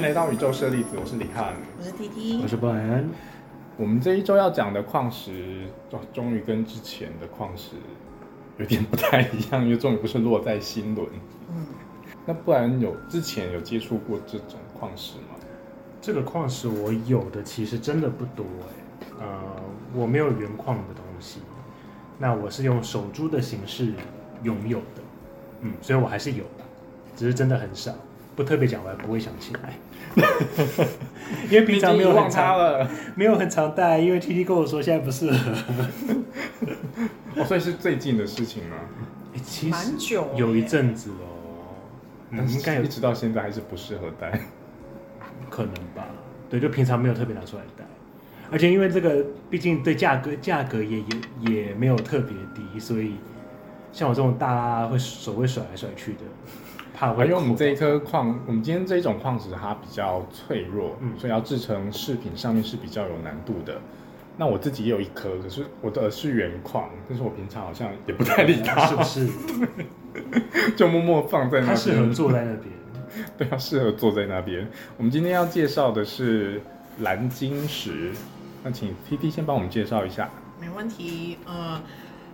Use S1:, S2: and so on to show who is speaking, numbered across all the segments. S1: 来到宇宙射粒子，我是李翰。
S2: 我是 T T，
S3: 我是布莱恩，
S1: 我们这一周要讲的矿石，终终于跟之前的矿石有点不太一样，因为终于不是落在新轮。
S2: 嗯，
S1: 那不然有之前有接触过这种矿石吗？
S3: 这个矿石我有的其实真的不多哎、呃，我没有原矿的东西，那我是用手珠的形式拥有的，嗯，所以我还是有的，只是真的很少，不特别讲我还不会想起 来，因为平常没
S1: 你已
S3: 有
S1: 经
S3: 很
S1: 忘它
S3: 常
S1: 了、
S3: 没有很常戴，因为 T T 跟我说现在不适合，
S1: 哦，所以是最近的事情吗？
S3: 哎其实
S2: 蛮久了耶
S3: 有一阵子哦，嗯，应该有
S1: 一直到现在还是不适合戴。
S3: 可能吧。对，就平常没有特别拿出来戴，而且因为这个，毕竟对价格价格也也也没有特别低，所以像我这种大拉拉会手会甩来甩去的，怕会。
S1: 因为我们这一颗矿，我们今天这一种矿石它比较脆弱，
S3: 嗯
S1: 所以要制成饰品上面是比较有难度的。那我自己也有一颗，可是我的是原矿，但是我平常好像也不太理它，
S3: 是不是？
S1: 就默默放在那
S3: 嗯它
S1: 边。
S3: 适合坐在那边，
S1: 对，它适合坐在那边。我们今天要介绍的是蓝晶石，那请 T T 先帮我们介绍一下。
S2: 没问题。呃，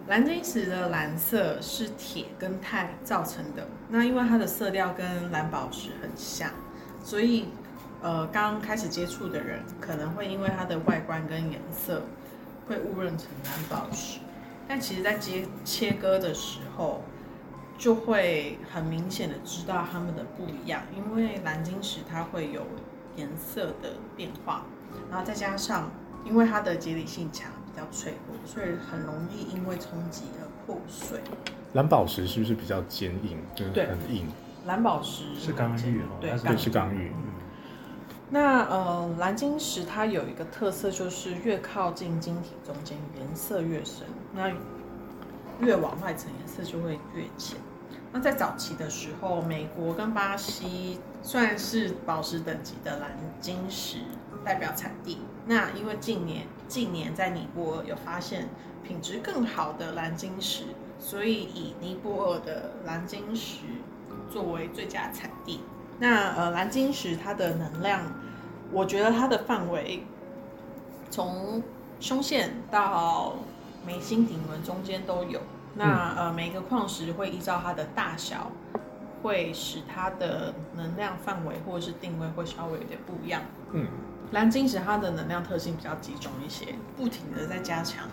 S2: 蓝晶石的蓝色是铁跟钛造成的，那因为它的色调跟蓝宝石很像，所以呃，刚开始接触的人可能会因为它的外观跟颜色会误认成蓝宝石，但其实在切切割的时候。就会很明显的知道它们的不一样，因为蓝晶石它会有颜色的变化，然后再加上因为它的结理性强，比较脆弱，所以很容易因为冲击而破碎。
S1: 蓝宝石是不是比较坚硬？就是
S2: 对
S1: 很硬，
S2: 蓝宝石
S3: 是刚玉哦，
S2: 对
S3: 它
S2: 刚
S1: 对，是刚玉。
S3: 嗯，
S2: 那呃，蓝晶石它有一个特色，就是越靠近晶体中间，颜色越深，那越往外层颜色就会越浅。那在早期的时候，美国跟巴西算是宝石等级的蓝晶石代表产地。那因为近年近年在尼泊尔有发现品质更好的蓝晶石，所以以尼泊尔的蓝晶石作为最佳产地。那呃，蓝晶石它的能量，我觉得它的范围从胸腺到眉心顶轮中间都有。那、呃，每个矿石会依照它的大小，会使它的能量范围或者是定位会稍微有点不一样。
S1: 嗯，
S2: 蓝晶石它的能量特性比较集中一些，不停的在加强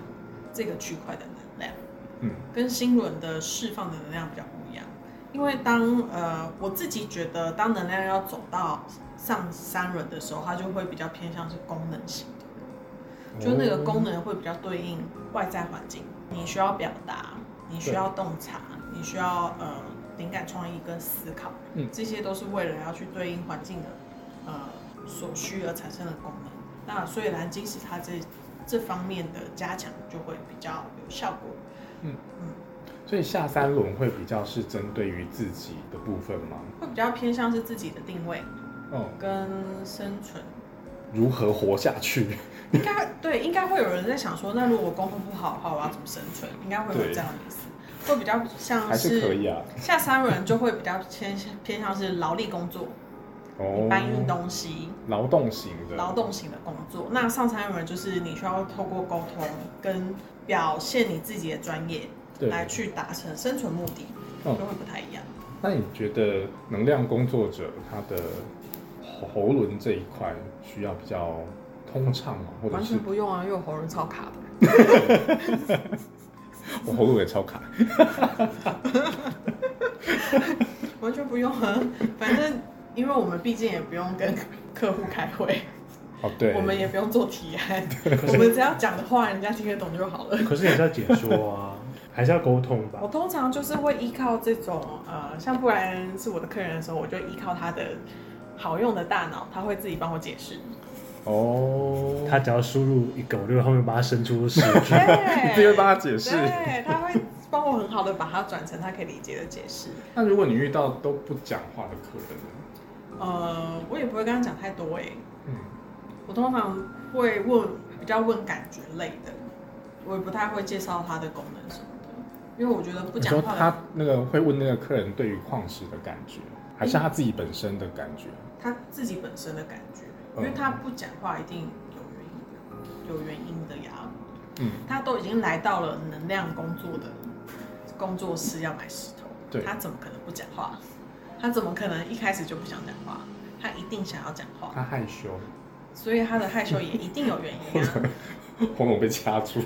S2: 这个区块的能量。
S1: 嗯，
S2: 跟星轮的释放的能量比较不一样，因为当呃我自己觉得，当能量要走到上三轮的时候，它就会比较偏向是功能型的，就那个功能会比较对应外在环境，你需要表达，你需要洞察，你需要呃灵感创意跟思考，
S1: 嗯
S2: 这些都是为了要去对应环境的呃所需而产生的功能。那所以蓝鲸是它这这方面的加强就会比较有效果。
S1: 所以下三轮会比较是针对于自己的部分吗？
S2: 会比较偏向是自己的定位
S1: 哦，
S2: 跟生存。
S1: 如何活下去？
S2: 应该对，应该会有人在想说，那如果功夫不好的话，我要怎么生存？应该会有这样的意思，会比较像
S1: 还是可以啊？
S2: 下三轮就会比较偏偏向是劳力工作，
S1: 哦，
S2: 搬运东西。
S1: 劳动型的，
S2: 劳动型的工作，那上三轮就是你需要透过沟通跟表现你自己的专业
S1: 对
S2: 来去达成生存目的，
S1: 嗯
S2: 就会不太一样。
S1: 那你觉得能量工作者他的喉轮这一块需要比较通畅吗？或者是
S2: 不用啊，因为我喉咙超卡的。
S1: 我喉咙也超卡？
S2: 完全不用 啊，反正因为我们毕竟也不用跟客户开会，
S1: 哦，对，
S2: 我们也不用做提 案，
S3: 可
S2: 我
S3: 是
S2: 们只要讲的话，人家听得懂就好了。
S3: 嗯可是也是要解 说啊，还是要沟通吧
S2: 我。通常就是会依靠这种呃，像布莱恩是我的客人的时候，我就依靠他的好用的大脑，他会自己帮我解 释。
S1: 哦，
S3: 他只要输入一个，我就会后面帮他生出 十句。
S1: 你
S2: 对，
S1: 自己会帮他解释。
S2: 对，他会帮我很好的把它转成他可以理解的解释。
S1: 那如果你遇到都不讲话的客人呢，
S2: 呃，我也不会跟他讲太多哎、
S1: 嗯，
S2: 我通常会问比较问感觉类的，我也不太会介绍它的功能什么的，因为我觉得不
S1: 你
S2: 讲
S1: 说
S2: 话的
S1: 他那个会问那个客人对于矿石的感觉，还是他自己本身的感觉？
S2: 他自己本身的感觉，因为
S3: 嗯
S2: 他不讲话一定有原因的，有原因的呀。
S1: 嗯，
S2: 他都已经来到了能量工作的工作室要买石头，
S1: 对
S2: 他怎么可能不讲话？他怎么可能一开始就不想讲话？他一定想要讲话，
S3: 啊
S1: 他害羞，
S2: 所以他的害羞也一定有原因啊。
S1: 喉咙被掐住，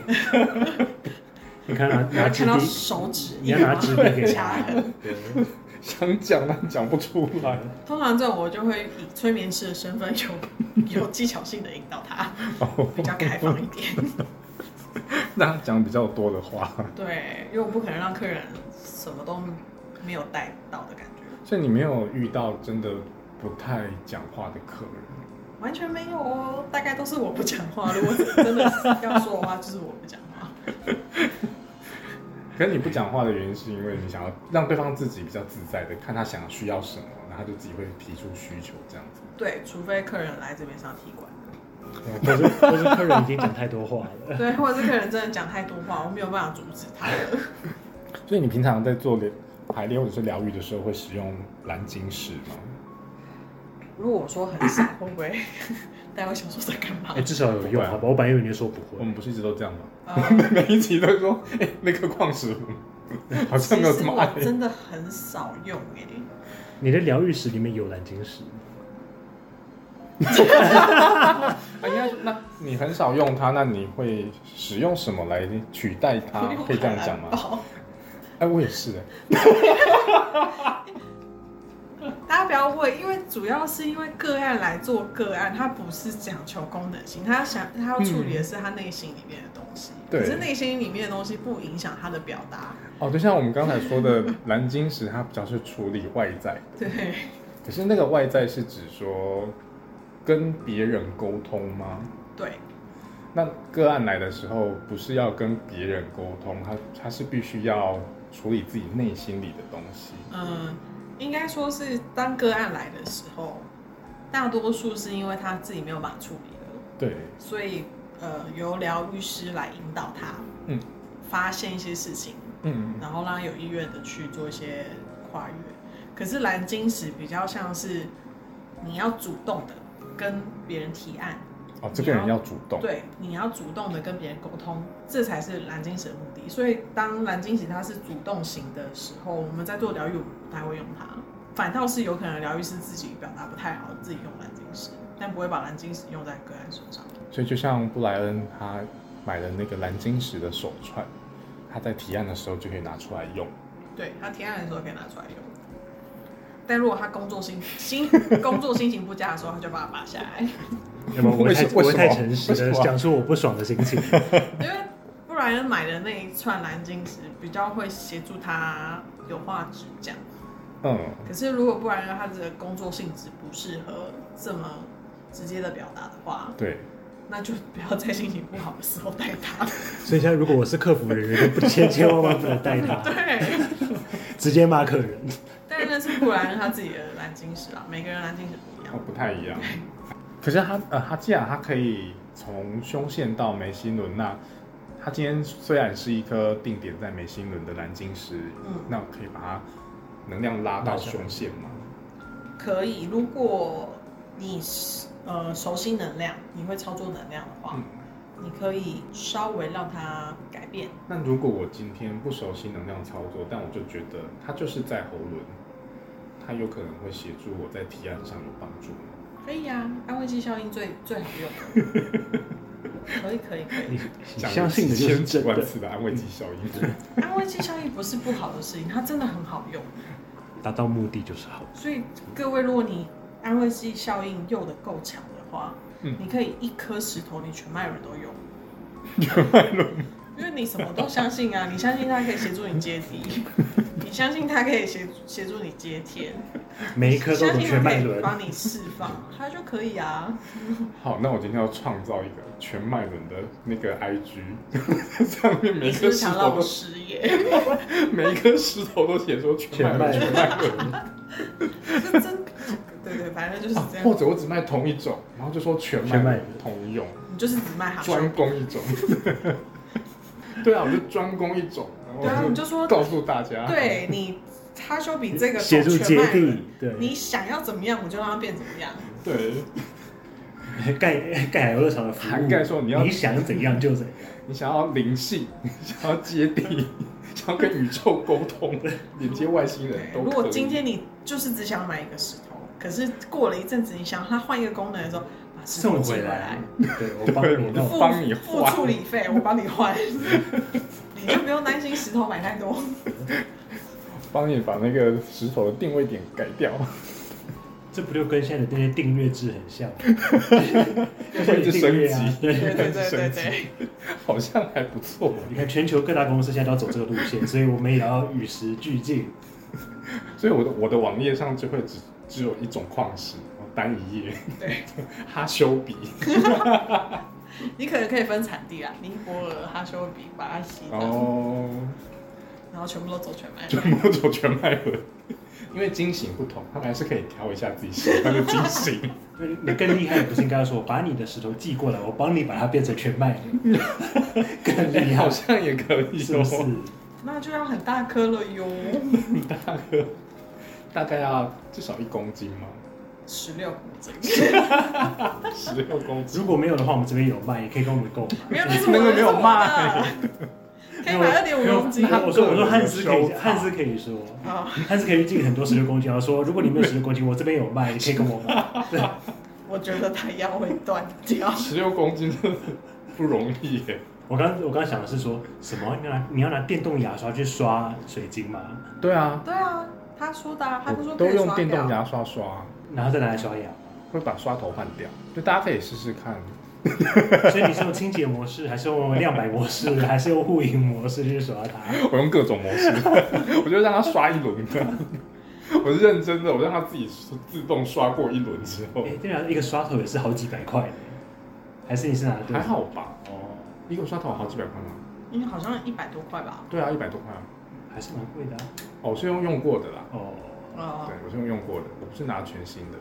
S3: 你看拿
S2: 然
S3: 拿
S2: 后
S3: 纸
S2: 看到
S3: 笔，
S2: 手指，
S3: 你要拿纸笔给
S2: 掐
S3: 他
S2: 人。
S3: 对，
S1: 想讲但讲不出
S3: 啊
S1: 来。
S2: 通常这种我就会以催眠师的身份有 有技巧性的引导他，
S1: 哦，
S2: 比较开放一点。
S1: 让他讲比较多的话。
S2: 对，因为我不可能让客人什么都没有带到的感觉，
S1: 所以你没有遇到真的不太讲话的客人。
S2: 完全没有哦。大概都是我不讲话，如果真的要说的话，就是我不讲 话。
S1: 可是你不讲话的原因，是因为你想要让对方自己比较自在的看他想要需要什么，然后他就自己会提出需求这样子。
S2: 对，除非客人来这边上踢馆，
S3: 或是或是客人已经讲太多话了。
S2: 对，或者是客人真的讲太多话，我没有办法阻止他了。
S1: 所以你平常在做疗排列或者是疗愈的时候，会使用蓝晶石吗？
S2: 如果我说很少，会不会 大家会想说在干嘛
S3: 哎、？至少有用，
S1: 啊
S3: 好吧？我本来以为你说不
S1: 我
S3: 会，
S1: 们不是一直都这样吗？
S2: 呃
S1: 每一集都说，哎、那个矿 石好像
S2: 其
S1: 没有这
S2: 实
S1: 么
S2: 我
S1: 爱。
S2: 真的很少用哎、
S3: 你的疗愈室里面有蓝晶石，
S1: 啊，应该说那你很少用它，那你会使用什么来取代 它？啊可以这样讲吗？
S2: 吗？
S1: 哎、我也是哎、
S2: 大家不要问，因为主要是因为个案来做个案，他不是讲求功能性，他想他要处理的是他内心里面的东西。
S1: 嗯对
S2: 可是内心里面的东西不影响他的表达。
S1: 哦，就像我们刚才说的，蓝晶石它比较是处理外在的，
S2: 对，
S1: 可是那个外在是指说跟别人沟通吗？
S2: 对，
S1: 那个案来的时候，不是要跟别人沟通，他他是必须要处理自己内心里的东西。
S2: 嗯，应该说是当个案来的时候，大多数是因为他自己没有办法处理了，
S1: 对，
S2: 所以呃，由疗愈师来引导他，
S1: 嗯，
S2: 发现一些事情，
S1: 嗯，
S2: 然后让他有意愿的去做一些跨越。可是蓝晶石比较像是你要主动的跟别人提案，
S1: 哦，这个人要主动。
S2: 对，你要主动的跟别人沟通，这才是蓝晶石的目的。所以当蓝晶石它是主动型的时候，我们在做疗愈，我们不太会用它，反倒是有可能疗愈师自己表达不太好，自己用蓝晶石，但不会把蓝晶石用在个案身上。
S1: 所以就像布莱恩他买了那个蓝晶石的手串，他在提案的时候就可以拿出来用。
S2: 对他提案的时候可以拿出来用。但如果他工作心心 工作心情不佳的时候，他就把它拔下来。
S3: 要不然我会 太
S1: 为什
S3: 我会太
S1: 为什么
S3: 诚实
S1: 为
S3: 的
S1: 什么
S3: 讲出我不爽的心情。
S2: 因为布莱恩买的那一串蓝晶石比较会协助他有话直讲，
S1: 嗯，
S2: 可是如果布莱恩他的工作性质不适合这么直接的表达的话，
S1: 对，
S2: 那就不要在心情不好的时候带他。
S3: 所以现在如果我是客服人员，就不千千万万不能带 他，
S2: 对，
S3: 直接骂客人。
S2: 但是那是布莱恩他自己的蓝晶石啊，每个人蓝晶石不一样
S1: 哦。，不太一样。 可是他呃，他既然他可以从胸腺到眉心轮，那他今天虽然是一颗定点在眉心轮的蓝晶石，
S2: 嗯
S1: 那可以把它能量拉到胸腺嘛？
S2: 可以，如果你是呃熟悉能量，你会操作能量的话，
S1: 嗯
S2: 你可以稍微让它改变。
S1: 那如果我今天不熟悉能量操作，但我就觉得它就是在喉轮，它有可能会协助我在提案上有帮助吗。
S2: 可以啊，安慰剂效应最最好用了。 可以可以可
S3: 你
S2: 以，
S3: 你相信的就
S1: 讲
S3: 是
S1: 了几
S3: 真
S1: 千万
S3: 的，嗯
S1: 次的安慰剂效应，
S2: 安慰剂效应不是不好的事情，它真的很好用。
S3: 达到目的就是好。
S2: 所以各位，如果你安慰剂效应用的够强的话，
S1: 嗯
S2: 你可以一颗石头，你全脉轮都用。因为你什么都相信 啊，你相信它可以协助你接敌，你相信它可以协协助你接天，
S3: 每一颗都
S2: 相
S3: 有
S2: 信
S3: 全
S2: 它可
S3: 脉
S2: 以
S3: 轮，
S2: 帮你释放，它就可以啊。
S1: 好，那我今天要创造一个全麦伦的那个 IG，上面每
S2: 你
S1: 一颗
S2: 是不
S1: 石
S2: 是想让
S1: 头
S2: 我
S1: 都
S2: 失业？
S1: 每一颗石头都写说全
S3: 全
S1: 麦
S3: 脉
S1: 伦，全麦伦。
S3: 轮。
S2: 这真对对，反 正就是
S1: 啊
S2: 这
S1: 或
S2: 样，
S1: 者我只卖同一种，然后就说全麦
S3: 全麦
S1: 伦
S3: 伦
S1: 同一用，
S2: 你就是只卖哈修。
S1: 专攻一种。 对啊，我就专攻一种，
S2: 对
S1: 然
S2: 啊，
S1: 后
S2: 你就说
S1: 啊告诉大家，
S2: 对你它就比这个
S3: 协助
S2: 狗全
S3: 接
S2: 麦人
S3: 地，对，
S2: 你想要怎么样，我就让它变怎么样。
S1: 对，
S3: 盖盖海游乐场的服务，
S1: 涵盖说你要
S3: 你想怎样就怎样，
S1: 你想要灵性，你想要接地， 想要跟宇宙沟通，连接外星人都可以。
S2: 如果今天你就是只想买一个石头，可是过了一阵子，你想它换一个功能的时候，把石头
S3: 送
S2: 寄
S3: 回
S2: 来
S3: 来，，对我帮
S1: 对
S3: 你
S1: 我
S3: 弄
S1: 就。
S2: 付
S1: 帮你
S2: 付
S1: 换
S2: 处理费，我帮你换，你就不用担心石头买太多。
S1: 帮你把那个石头的定位点改掉，
S3: 这不就跟现在的那些订阅制很像吗？
S1: 会一直升级
S3: 啊，对。
S2: 对对对对
S1: 神奇
S2: 对。
S1: 好像还不错。
S3: 你看，全球各大公司现在都要走这个路线，所以我们也要与时俱进。
S1: 所以我的我的网页上就会只只有一种矿石，哦单一页。
S2: 对，
S1: 哈修比，
S2: 你可能可以分产地啊，尼泊尔、哈修比、巴西这
S1: 然
S2: 样，
S1: 后
S2: 然后全部都走全麦。
S1: 就摸走哦全麦伦，因为金型不同，他们还是可以调一下自己喜欢的金型。
S3: 那你更厉害，不是应该说把你的石头寄过来，我帮你把它变成全麦的，更
S1: 哎
S3: 厉 害
S1: 好，像也可以
S3: 是
S1: 哦，
S3: 不是？
S2: 那就要很大颗了哟，
S1: 大概要至少一公斤嘛，
S2: 十六公斤，
S1: 十六公斤。
S3: 如果没有的话，我们这边有卖，也可以跟我们购买。
S2: 没有那是
S1: 那
S2: 我
S1: 个
S2: 的，
S1: 没有骂
S2: 那是我的可以买二点五公斤
S3: 那我说我说汉斯可
S1: 收
S3: 以，
S1: 藏
S3: 汉斯可以说，
S2: 啊！
S3: 汉斯可以进很多十六公斤，然后啊说如果你没有十六公斤，我这边有卖，你可以跟我买。
S2: 我觉得它腰会断掉。
S1: 十六公斤真的不容易耶。
S3: 我刚我刚想的是说什么？你要拿你要拿电动牙刷去刷水晶吗？
S1: 对啊，
S2: 对啊，他说的、啊，他就说
S1: 我都
S2: 可以
S1: 用
S2: 刷
S1: 电动
S2: 掉，
S1: 牙刷啊刷，
S3: 然后再拿来刷牙？
S1: 会把刷头换掉。就大家可以试试看，
S3: 所以你是用清洁模式，还是用亮白模式，还是用护影模式去刷它？
S1: 我用各种模式， 我就让它刷一轮这样。我是认真的，我让它自己自动刷过一轮之后
S3: 哎、，对啊，一个刷头也是好几百块的，还是你是拿的？
S1: 还好吧？
S3: 哦，
S1: 一个刷头好几百块吗？
S2: 因为好像一百多块吧。
S1: 对啊，一百多块啊。
S3: 还是蛮贵的啊、
S1: 哦，我是用用过的啦。
S3: 哦，
S2: 哦
S1: 对，，我是用用过的，我不是拿全新的。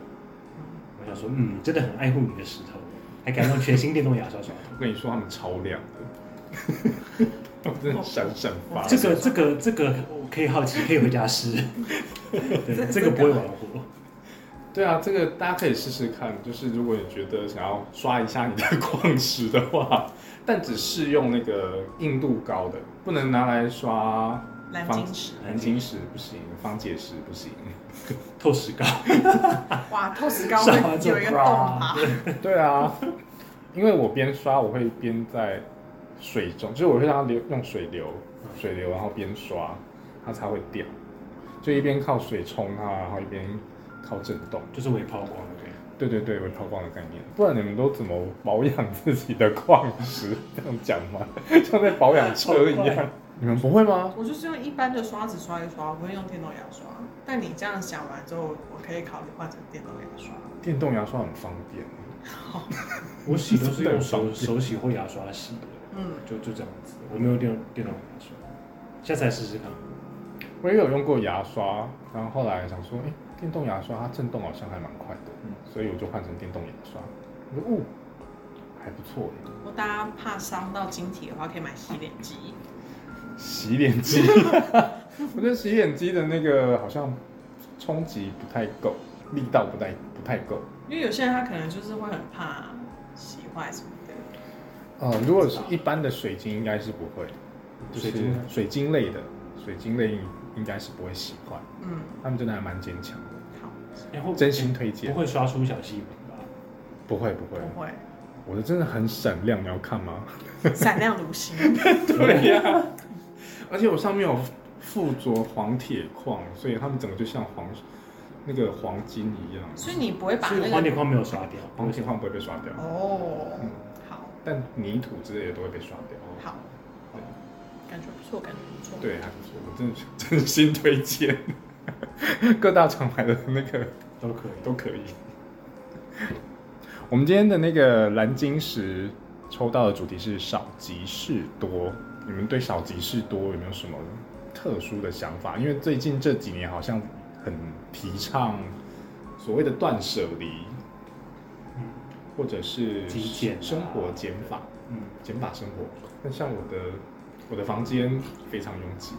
S3: 我想说，嗯，真的很爱护你的石头，还敢用全新电动牙刷刷头。
S1: 我跟你说，他们超亮的， 他们真的闪闪发
S3: 这
S1: 亮。
S3: 个这个这个，我可以好奇，可以回 家试。对，这个不会玩火。
S1: 对啊，这个大家可以试试看。就是如果你觉得想要刷一下你的 矿石的话，但只适用那个硬度高的，不能拿来刷
S2: 蓝晶石，
S1: 蓝晶石不行，方解石不行。
S3: 透石膏，
S2: 哇，透石膏
S3: 上
S2: 会
S3: 完之后
S2: 有一个洞吧？
S1: 对啊，因为我边刷我会边在水中，就是我会让它流用水流，水流然后边刷，它才会掉。就一边靠水冲它，然后一边靠震动。
S3: 就是微抛光的。
S1: 对对对，我抛光的概念。不然你们都怎么保养自己的矿石？这样讲吗？像在保养车一
S3: 好怪
S1: 样。你们不会吗？
S2: 我就是用一般的刷子刷一刷，我不会用电动牙刷。但你这样想完之后，我可以考虑换成电动牙刷。
S1: 电动牙刷很方便。
S3: 我洗都是用手手洗或牙刷洗的，
S2: 嗯，
S3: 就就这样子。我没有电电动牙刷，下次来试试看。
S1: 我也有用过牙刷，然后后来想说，哎、电动牙刷它震动好像还蛮快的，
S3: 嗯
S1: 所以我就换成电动牙刷。我说，哦，还不错耶。
S2: 如果大家怕伤到晶体的话，可以买洗脸机。
S1: 洗脸 机，我觉得洗脸机的那个好像冲击不太够，力道不太不太够。
S2: 因为有些人他可能就是会很怕洗坏什么的，
S1: 呃，如果是一般的水晶，应该是不会，就是
S3: 水晶呢
S1: 水晶类的，水晶类应该是不会洗坏，
S2: 嗯，
S1: 他们真的还蛮坚强的，
S2: 好，
S3: 然后哎
S1: 真心推荐
S3: 不。会刷出小细纹吧？
S1: 哦不会不会，
S2: 不会，
S1: 我的真的很闪亮，你要看吗？
S2: 闪亮如新，
S1: 对呀、而且我上面有附着黄铁矿，所以他们整个就像黄那个黄金一样，
S2: 所以你不会把
S3: 所以
S2: 那
S3: 黄铁
S2: 个
S3: 矿没有刷掉，
S1: 黄铁矿不会被刷掉，
S2: 哦
S1: 嗯，
S2: 好
S1: 但泥土之类的都会被刷掉。
S2: 好，感觉不错，感觉不错，
S1: 对，还不错，我真的 真心推荐， 各大厂牌的那个
S3: 都可以。
S1: 都可以。 我们今天的那个蓝晶石抽到的主题是少即是多，你们对少即是多有没有什么特殊的想法？因为最近这几年好像很提倡所谓的断舍离，
S3: 嗯
S1: 或者是
S3: 极简啊
S1: 生活减法、
S3: 嗯，
S1: 减法生活。那像我的我的房间非常拥挤，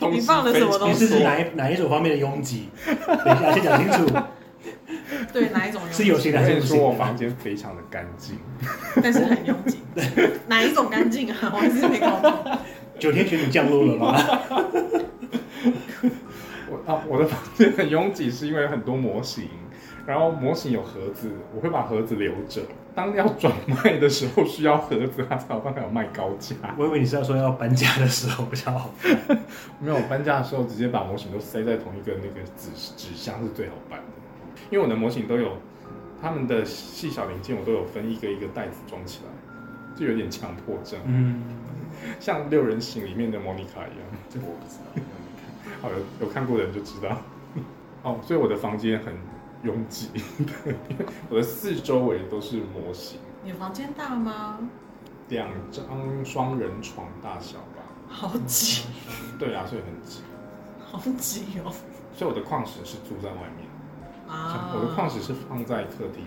S1: 东西
S2: 你放了什么
S1: 非
S2: 东
S3: 你
S1: 常
S3: 是
S2: 西
S3: 指
S1: 多
S3: 哪一哪一种方面的拥挤？ 等一下，先讲清楚，
S2: 对哪一种拥
S3: 是有
S2: 挤，
S3: 形的
S1: 我
S3: 还
S1: 跟
S3: 是
S1: 你
S3: 无
S1: 说，
S3: 形
S1: 我
S3: 的？
S1: 房间非常的干净。
S2: 但是很拥挤。哪一种干净啊？我 还是没搞懂。
S3: 九天玄女降落了吗？
S1: 我啊，我的房间很拥挤，是因为有很多模型，然后模型有盒子，我会把盒子留着，当要转卖的时候需要盒子，它才有办法有卖高价。
S3: 我以为你是要说要搬家的时候比较好。
S1: 没有搬家的时候，直接把模型都塞在同一个那个纸纸箱是最好搬的，因为我的模型都有他们的细小零件，我都有分一个一个袋子装起来，就有点强迫症，
S3: 嗯，
S1: 像六人行里面的莫妮卡一样。
S3: 这个我不知道。
S1: 好，有有看过的人就知道。 哦，所以我的房间很拥挤，我的四周围都是模型，
S2: 你房间大吗？
S1: 两张双人床大小吧。
S2: 好挤，
S1: 对啊，所以很挤。
S2: 好挤哦。
S1: 所以我的矿石是住在外面。
S2: 啊，
S1: 我的矿石是放在客厅，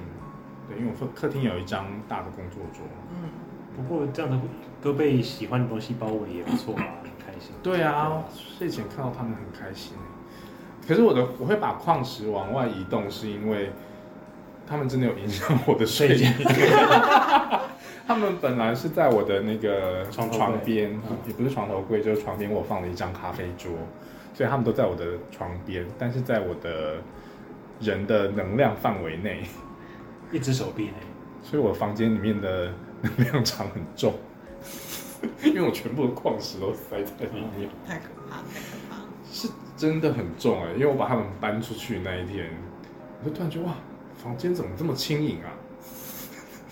S1: 对，因为我客厅有一张大的工作桌。
S2: 嗯，
S3: 不过这样的都被喜欢的东西包围也不错啊，很开心。
S1: 对啊，睡前看到他们很开心欸。可是我的我会把矿石往外移动，是因为他们真的有影响我的睡 眠。他们本来是在我的那个
S3: 床头柜
S1: 床边
S3: 嗯，
S1: 也不是床头柜，就是床边我放了一张咖啡桌，所以他们都在我的床边，但是在我的人的能量范围内，
S3: 一只手臂呢？
S1: 所以我房间里面的能量场很重， 因为我全部的矿石都塞在里面。
S2: 太可怕，太可怕了。
S1: 是真的很重哎、因为我把它们搬出去那一天，我就突然觉得哇，房间怎么这么轻盈啊？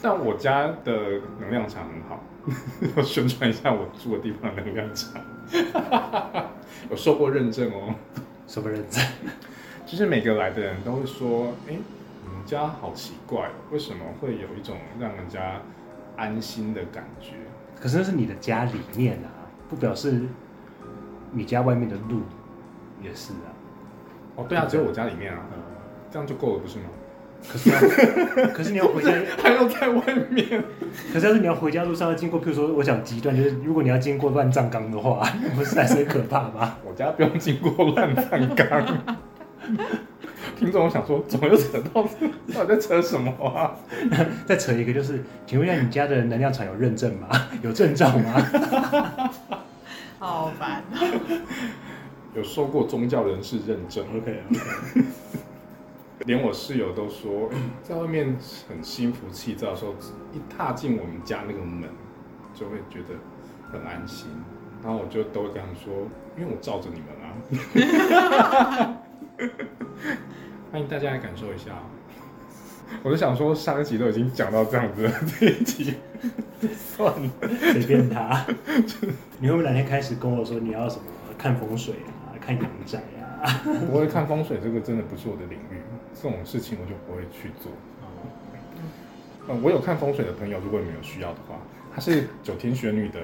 S1: 但我家的能量场很好， 我宣传一下我住的地方的能量场， 有受过认证哦。
S3: 什么人在？
S1: 就是每个来的人都会说，哎、你们家好奇怪哦，为什么会有一种让人家安心的感觉？
S3: 可是那是你的家里面啊，不表示你家外面的路也是啊。
S1: 哦，对啊，只有我家里面啊，
S3: 嗯
S1: 这样就够了，不是吗？
S3: 可是要 可是你要回家，
S1: 还要在外面，
S3: 可是要是你要回家路上要经过，譬如说我讲极端，就是如果你要经过乱葬岗的话， 不是还是很可怕吗？
S1: 我家不用经过烂饭缸。听众，我想说，怎么又扯到这？到底在扯什么啊？
S3: 再扯一个，就是请问一下，你家的能量场有认证吗？ 有证照吗？
S2: 好烦。啊
S1: 有受过宗教人士认证，
S3: OK，
S1: 连我室友都说， 欸在外面很心浮气躁的时候，一踏进我们家那个门，就会觉得很安心。然后我就都会跟他们说，因为我罩着你们啊。欢迎大家来感受一下 哦。我就想说，上一集都已经讲到这样子了，这一集算了。
S3: 随便他。你会不会哪天开始跟我说你要什么看风水啊，看阳宅啊？
S1: 不会看风水这个真的不是我的领域，这种事情我就不会去做。嗯，我有看风水的朋友，如果你们有需要的话，她是九天玄女的，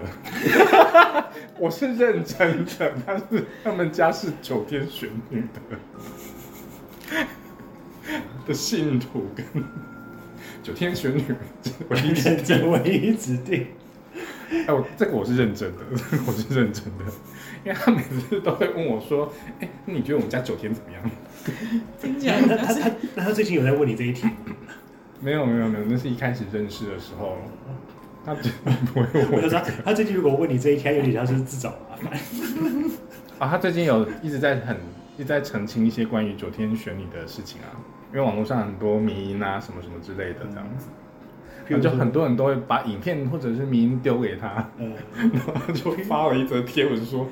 S1: 我是认真的，她是他们家是九天玄女的的信徒跟九天玄女，我一直
S3: 认证唯一指定。
S1: 哎，我这个我是认真的， 我是认真的，因为他每次都会问我说，哎、你觉得我们家九天怎么样？
S2: 听起来
S3: 那
S2: 很
S3: 他
S2: 像
S3: 他那他最近有在问你这一题吗，
S1: 没有没有没有，那是一开始认识的时候，他绝对不会
S3: 我
S1: 问
S3: 就
S1: 我
S3: 说他最近如果问你这一题，他有点像是自找麻烦。
S1: 啊。他最近有一直在很一直在澄清一些关于九天玄女的事情啊，因为网络上很多迷音啊什么什么之类的这样子，
S3: 譬如
S1: 就
S3: 说
S1: 很多人都会把影片或者是迷音丢给他，
S3: 呃，
S1: 然后他就发了一则贴文说，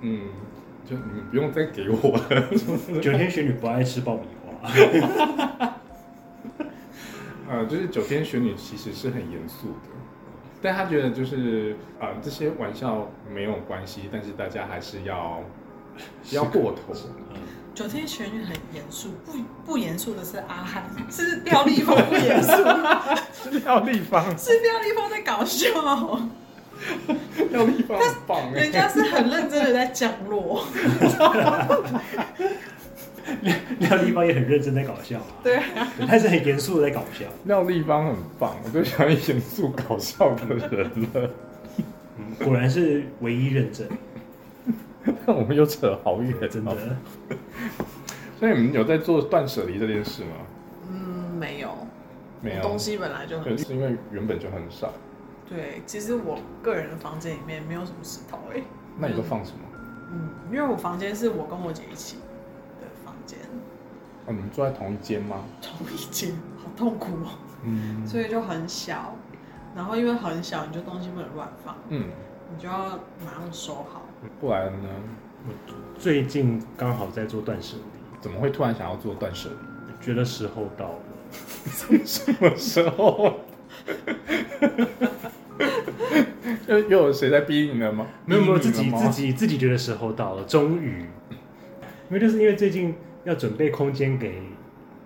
S1: 嗯，就你们不用再给我了。
S3: 九天玄女不爱吃爆米花，
S1: 呃，就是九天玄女其实是很严肃的，但她觉得就是呃这些玩笑没有关系，但是大家还是要不要过头。
S2: 九天玄女很严肃，不不严肃的是阿汉，是廖立峰不严肃，
S1: 廖立方，
S2: 是廖立峰在搞笑，
S1: 廖立方很棒哎、
S2: 人家是很认真的在降落。
S3: 廖立方也很认真在搞笑啊，
S2: 对啊，
S3: 对他是很严肃的在搞笑。
S1: 廖立方很棒，我最喜欢严肃搞笑的人了。
S3: 嗯，果然是唯一认证。
S1: 我们又扯好远哦，
S3: 真的。
S1: 所以你们有在做断舍离这件事吗？
S2: 嗯，没有，
S1: 没有，
S2: 东西本来就
S1: 对，
S2: 很少。
S1: 是因为原本就很少。
S2: 对，其实我个人的房间里面没有什么石头哎、
S1: 那你都放什么？
S2: 嗯，因为我房间是我跟我姐一起的房间，
S1: 哦，你们住在同一间吗？
S2: 同一间，好痛苦哦，
S1: 嗯
S2: 所以就很小。然后因为很小，你就东西不能乱放，
S1: 嗯，
S2: 你就要马上收好。
S1: 不然呢？
S3: 最近刚好在做断舍离，
S1: 怎么会突然想要做断舍离？
S3: 觉得时候到了。
S1: 什么时候？ 又又有谁在逼你了吗？
S3: 没有没有，
S1: 逼
S3: 自
S1: 你了
S3: 己
S1: 吗
S3: 自己自己觉得时候到了，终于， 因为就是因为最近要准备空间给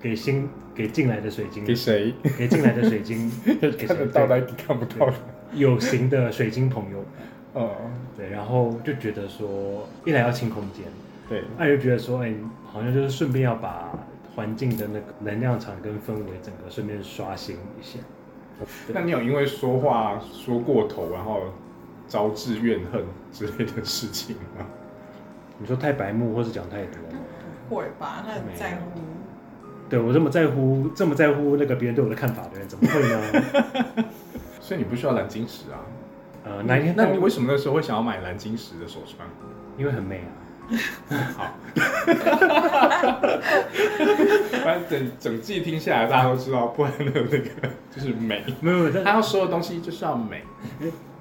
S3: 给新给进来的水晶，
S1: 给谁？
S3: 给进来的水 晶给谁
S1: 看得到
S3: 对
S1: 来，你看不到。
S3: 有形的水晶朋友，
S1: 嗯，
S3: 对，然后就觉得说，一来要清空间，
S1: 对，
S3: 二就觉得说，哎，好像就是顺便要把环境的那个能量场跟氛围整个顺便刷新一下。
S1: 那你有因为说话说过头，然后招致怨恨之类的事情 吗？
S3: 你说太白目或是讲太多吗？
S2: 不会吧？他很在乎。
S3: 对我这么在乎，这么在乎那个别人对我的看法的人，怎么会呢？
S1: 所以你不需要蓝晶石啊？
S3: 呃，哪一天
S1: 那
S3: 到
S1: 你为什么那时候会想要买蓝晶石的手串？
S3: 因为很美啊。
S1: 好， 反正整整季听下来，大家都知道，不然的那个就是 美。
S3: 没有，没有但
S1: 他要说的东西就是要美。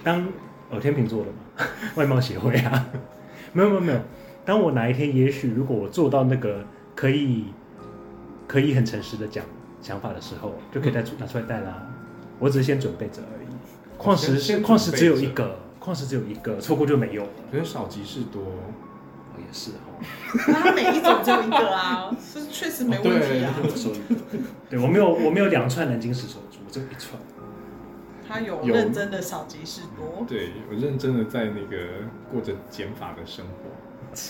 S3: 当哦天秤座的嘛， 外貌协会啊， 没有没有没有。当我哪一天，也许如果我做到那个可以可以很诚实的讲想法的时候，就可以再出拿出来带啦。我只是先准备着而已。矿
S1: 先
S3: 石是
S1: 哦先
S3: 矿石
S1: 准备
S3: 只有
S1: 着
S3: 一个，矿石只有一个，错过就没有了。
S1: 可是少即是多，
S3: 哦也是哦。
S2: 那他每一种只有一个啊，是确实没问题啊。
S3: 我手一个， 对我没有我没有两串南京石手珠，我只有一串。
S2: 他有
S1: 有
S2: 认真的少即是多，
S1: 对我认真的在那个过着减法的生活。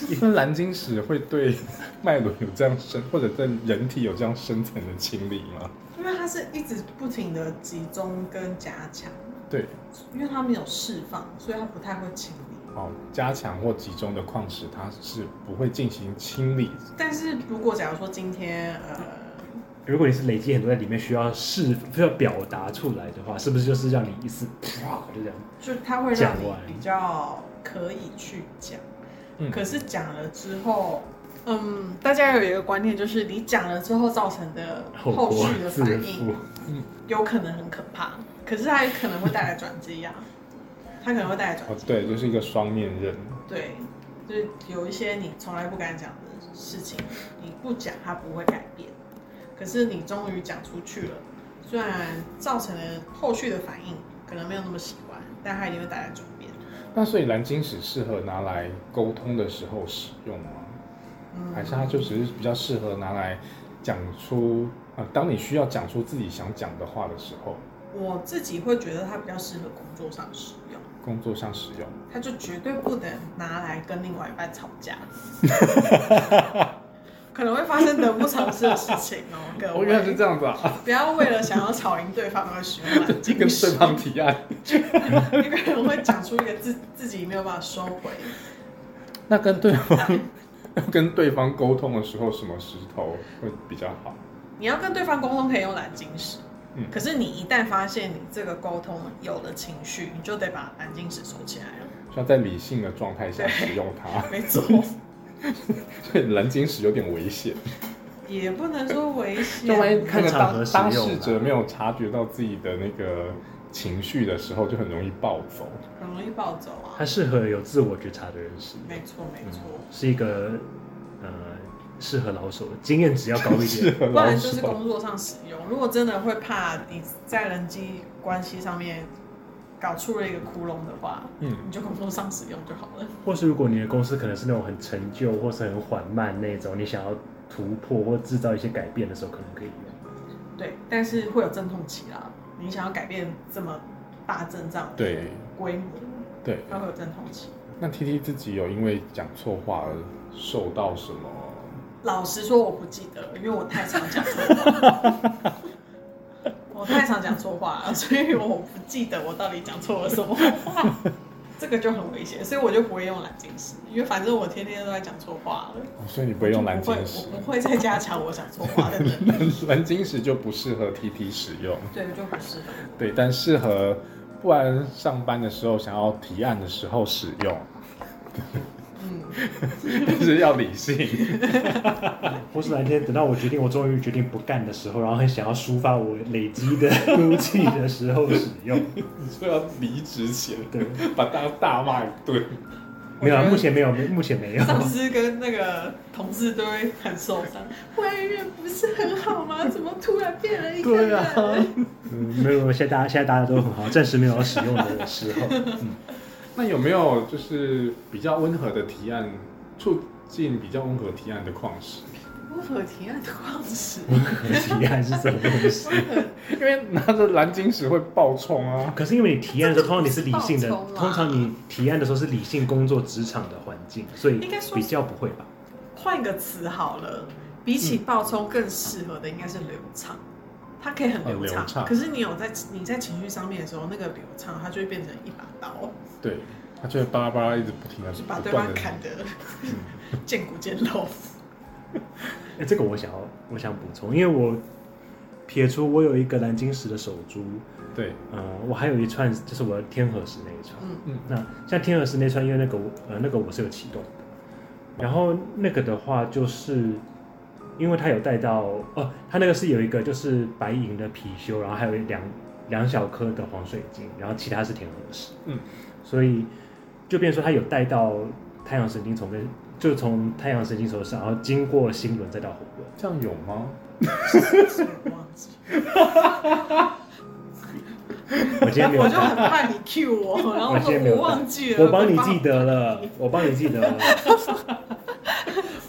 S1: 一根蓝晶石会对 脉轮有这样深，或者对人体有这样深层的清理吗？
S2: 因为他是一直不停的集中跟加强，
S1: 对，
S2: 因为他没有释放，所以他不太会清理。
S1: 哦，加强或集中的矿石，它是不会进行清理。
S2: 但是如果假如说今天呃，
S3: 如果你是累积很多在里面需要释需要表达出来的话，是不是就是让你一 次啪就这样？
S2: 就他会让
S3: 讲
S2: 你
S3: 完
S2: 比较可以去讲，
S1: 嗯
S2: 可是讲了之后。嗯，大家有一个观念，就是你讲了之后造成的后
S3: 果
S2: 续的
S3: 自
S2: 反
S3: 负
S2: 应，。有可能很可怕，可是它也可能会带来转机啊，它可能会带来转
S1: 哦
S2: 机。，
S1: 对，就是一个双面刃。
S2: 对，就是有一些你从来不敢讲的事情，你不讲它不会改变，可是你终于讲出去了，虽然造成了后续的反应可能没有那么喜欢，但它一定会带来转变。
S1: 那所以蓝晶石适合拿来沟通的时候使用吗？
S2: 嗯，
S1: 还是它就只是比较适合拿来讲出呃，当你需要讲出自己想讲的话的时候，
S2: 我自己会觉得它比较适合工作上使用，
S1: 工作上使用。
S2: 它就绝对不能拿来跟另外一半吵 架。可能会发生得不偿失的事情哦，各
S1: 哦，原来是
S2: 位，
S1: 这样子 啊，
S2: 不要为了想要吵赢对方而使 用软
S1: 这
S2: 禁
S1: 跟
S2: 使
S1: 对方提案。
S2: 一个人会讲出一个自自己没有办法收回，
S1: 那跟对方跟对方沟通的时候，什么石头会比较好？
S2: 你要跟对方沟通可以用蓝晶石，
S1: 嗯
S2: 可是你一旦发现你这个沟通有了情绪，你就得把蓝晶石收起来了。
S1: 需要在理性的状态下使用它，
S2: 没错，
S1: 所以蓝晶石有点危险。
S2: 也不能说危险，
S1: 就万一那
S3: 看
S1: 个
S3: 场合
S1: 当当
S3: 使用
S1: 事
S3: 啦
S1: 者没有察觉到自己的那个情绪的时候，就很容易暴走。
S2: 很容易暴走啊
S3: 它。适合有自我觉察的人使用，嗯
S2: 没错，没错，
S3: 是一个呃适合老手，经验值要高一
S1: 适
S3: 点。
S1: 合
S2: 不
S1: 老
S2: 然嗯就是
S1: 手。
S2: 工作上使用。如果真的会怕你在人际关系上面搞出了一个窟窿的话，
S1: 嗯，
S2: 你就工作上使用就好了。
S3: 或是如果你的公司可能是那种很陈旧或是很缓慢那种，你想要突破或制造一些改变的时候，可能可以用。
S2: 对，但是会有阵痛期啦。你想要改变这么大阵仗的
S1: 对
S2: 规模，
S1: 对。
S2: 它会有阵痛期。
S1: 那 T T 自己有因为讲错话而受到什么？
S2: 老实说，我不记得了，因为我太常讲错话 了，我太常讲错话了，所以我不记得我到底讲错了什么话。这个就很危险，所以我就不会用蓝晶石，因为反正我天天都在讲错话了。
S1: 哦所以你不会用蓝
S2: 我就
S1: 晶
S2: 不会
S1: 石，
S2: 我不会再加强我讲错话的能力。
S1: 蓝晶石就不适合 TT 使用。
S2: 对，就不是。
S1: 对，但适合，不然上班的时候想要提案的时候使用，
S2: 嗯，
S1: 但是要理性。
S3: 我是蓝天，等到我决定，我终于决定不干的时候，然后很想要抒发我累积 的怒气的时候使用。
S1: 你说要离职前
S3: 对，
S1: 把大家大骂一顿，
S3: 没有，啊，
S2: 我觉得
S3: 目前没有，目前没有。
S2: 上司跟那个同事都会很受伤。外面不是很好吗？怎么突然变了一个
S1: 对
S2: 人？
S1: 啊
S3: 嗯，没有，没有现在大家现在大家都很好，暂时没有要使用的时 候。
S1: 那有没有就是比较温和的提案，促进比较温和提案的矿石？
S2: 温和提案的矿石，
S3: 提案是什么东西？
S1: 因为拿着蓝晶石会爆冲啊。
S3: 可是因为你提案的时候，通常你是理性
S2: 这
S3: 的
S2: 个不是，爆冲
S3: 通
S2: 啦
S3: 常你提案的时候是理性工作职场的环境，所以
S2: 应该说
S3: 比较不会吧？
S2: 换个词好了。比起暴冲，更适合的应该是流畅。它可以很流
S1: 哦
S2: 畅，
S1: 流畅
S2: 可是你有在你在情绪上面的时候，那个流畅，它就会变成一把刀，
S1: 对，他就会巴拉巴拉一直不停的
S2: 就把
S1: 不
S2: 对
S1: 断
S2: 方
S1: 的
S2: 砍得
S3: 嗯
S2: 见骨见肉。
S3: 哎，这个我想要，我想补充，因为我撇除我有一个蓝晶石的手珠，
S1: 对，
S3: 呃，我还有一串就是我的天河石那一串。
S2: 嗯
S1: 嗯
S3: 那像天河石那串，因为那个我呃那个我是有启动的，然后那个的话就是。因为它有带到哦，它那个是有一个就是白银的貔貅，然后还有两两小颗的黄水晶，然后其他是天河石。
S1: 嗯，
S3: 所以就变成说它有带到太阳神经丛跟就从太阳神经丛上，然后经过星轮再到火轮。
S1: 这样有吗？
S2: 所以我忘记，
S3: 我今天没 有
S2: 我就
S3: 看，
S2: 很怕你 Q 我，然后
S3: 我
S2: 我
S3: 今
S2: 说
S3: 天没有
S2: 我忘记了，
S3: 我帮你记得了，我帮你记得了。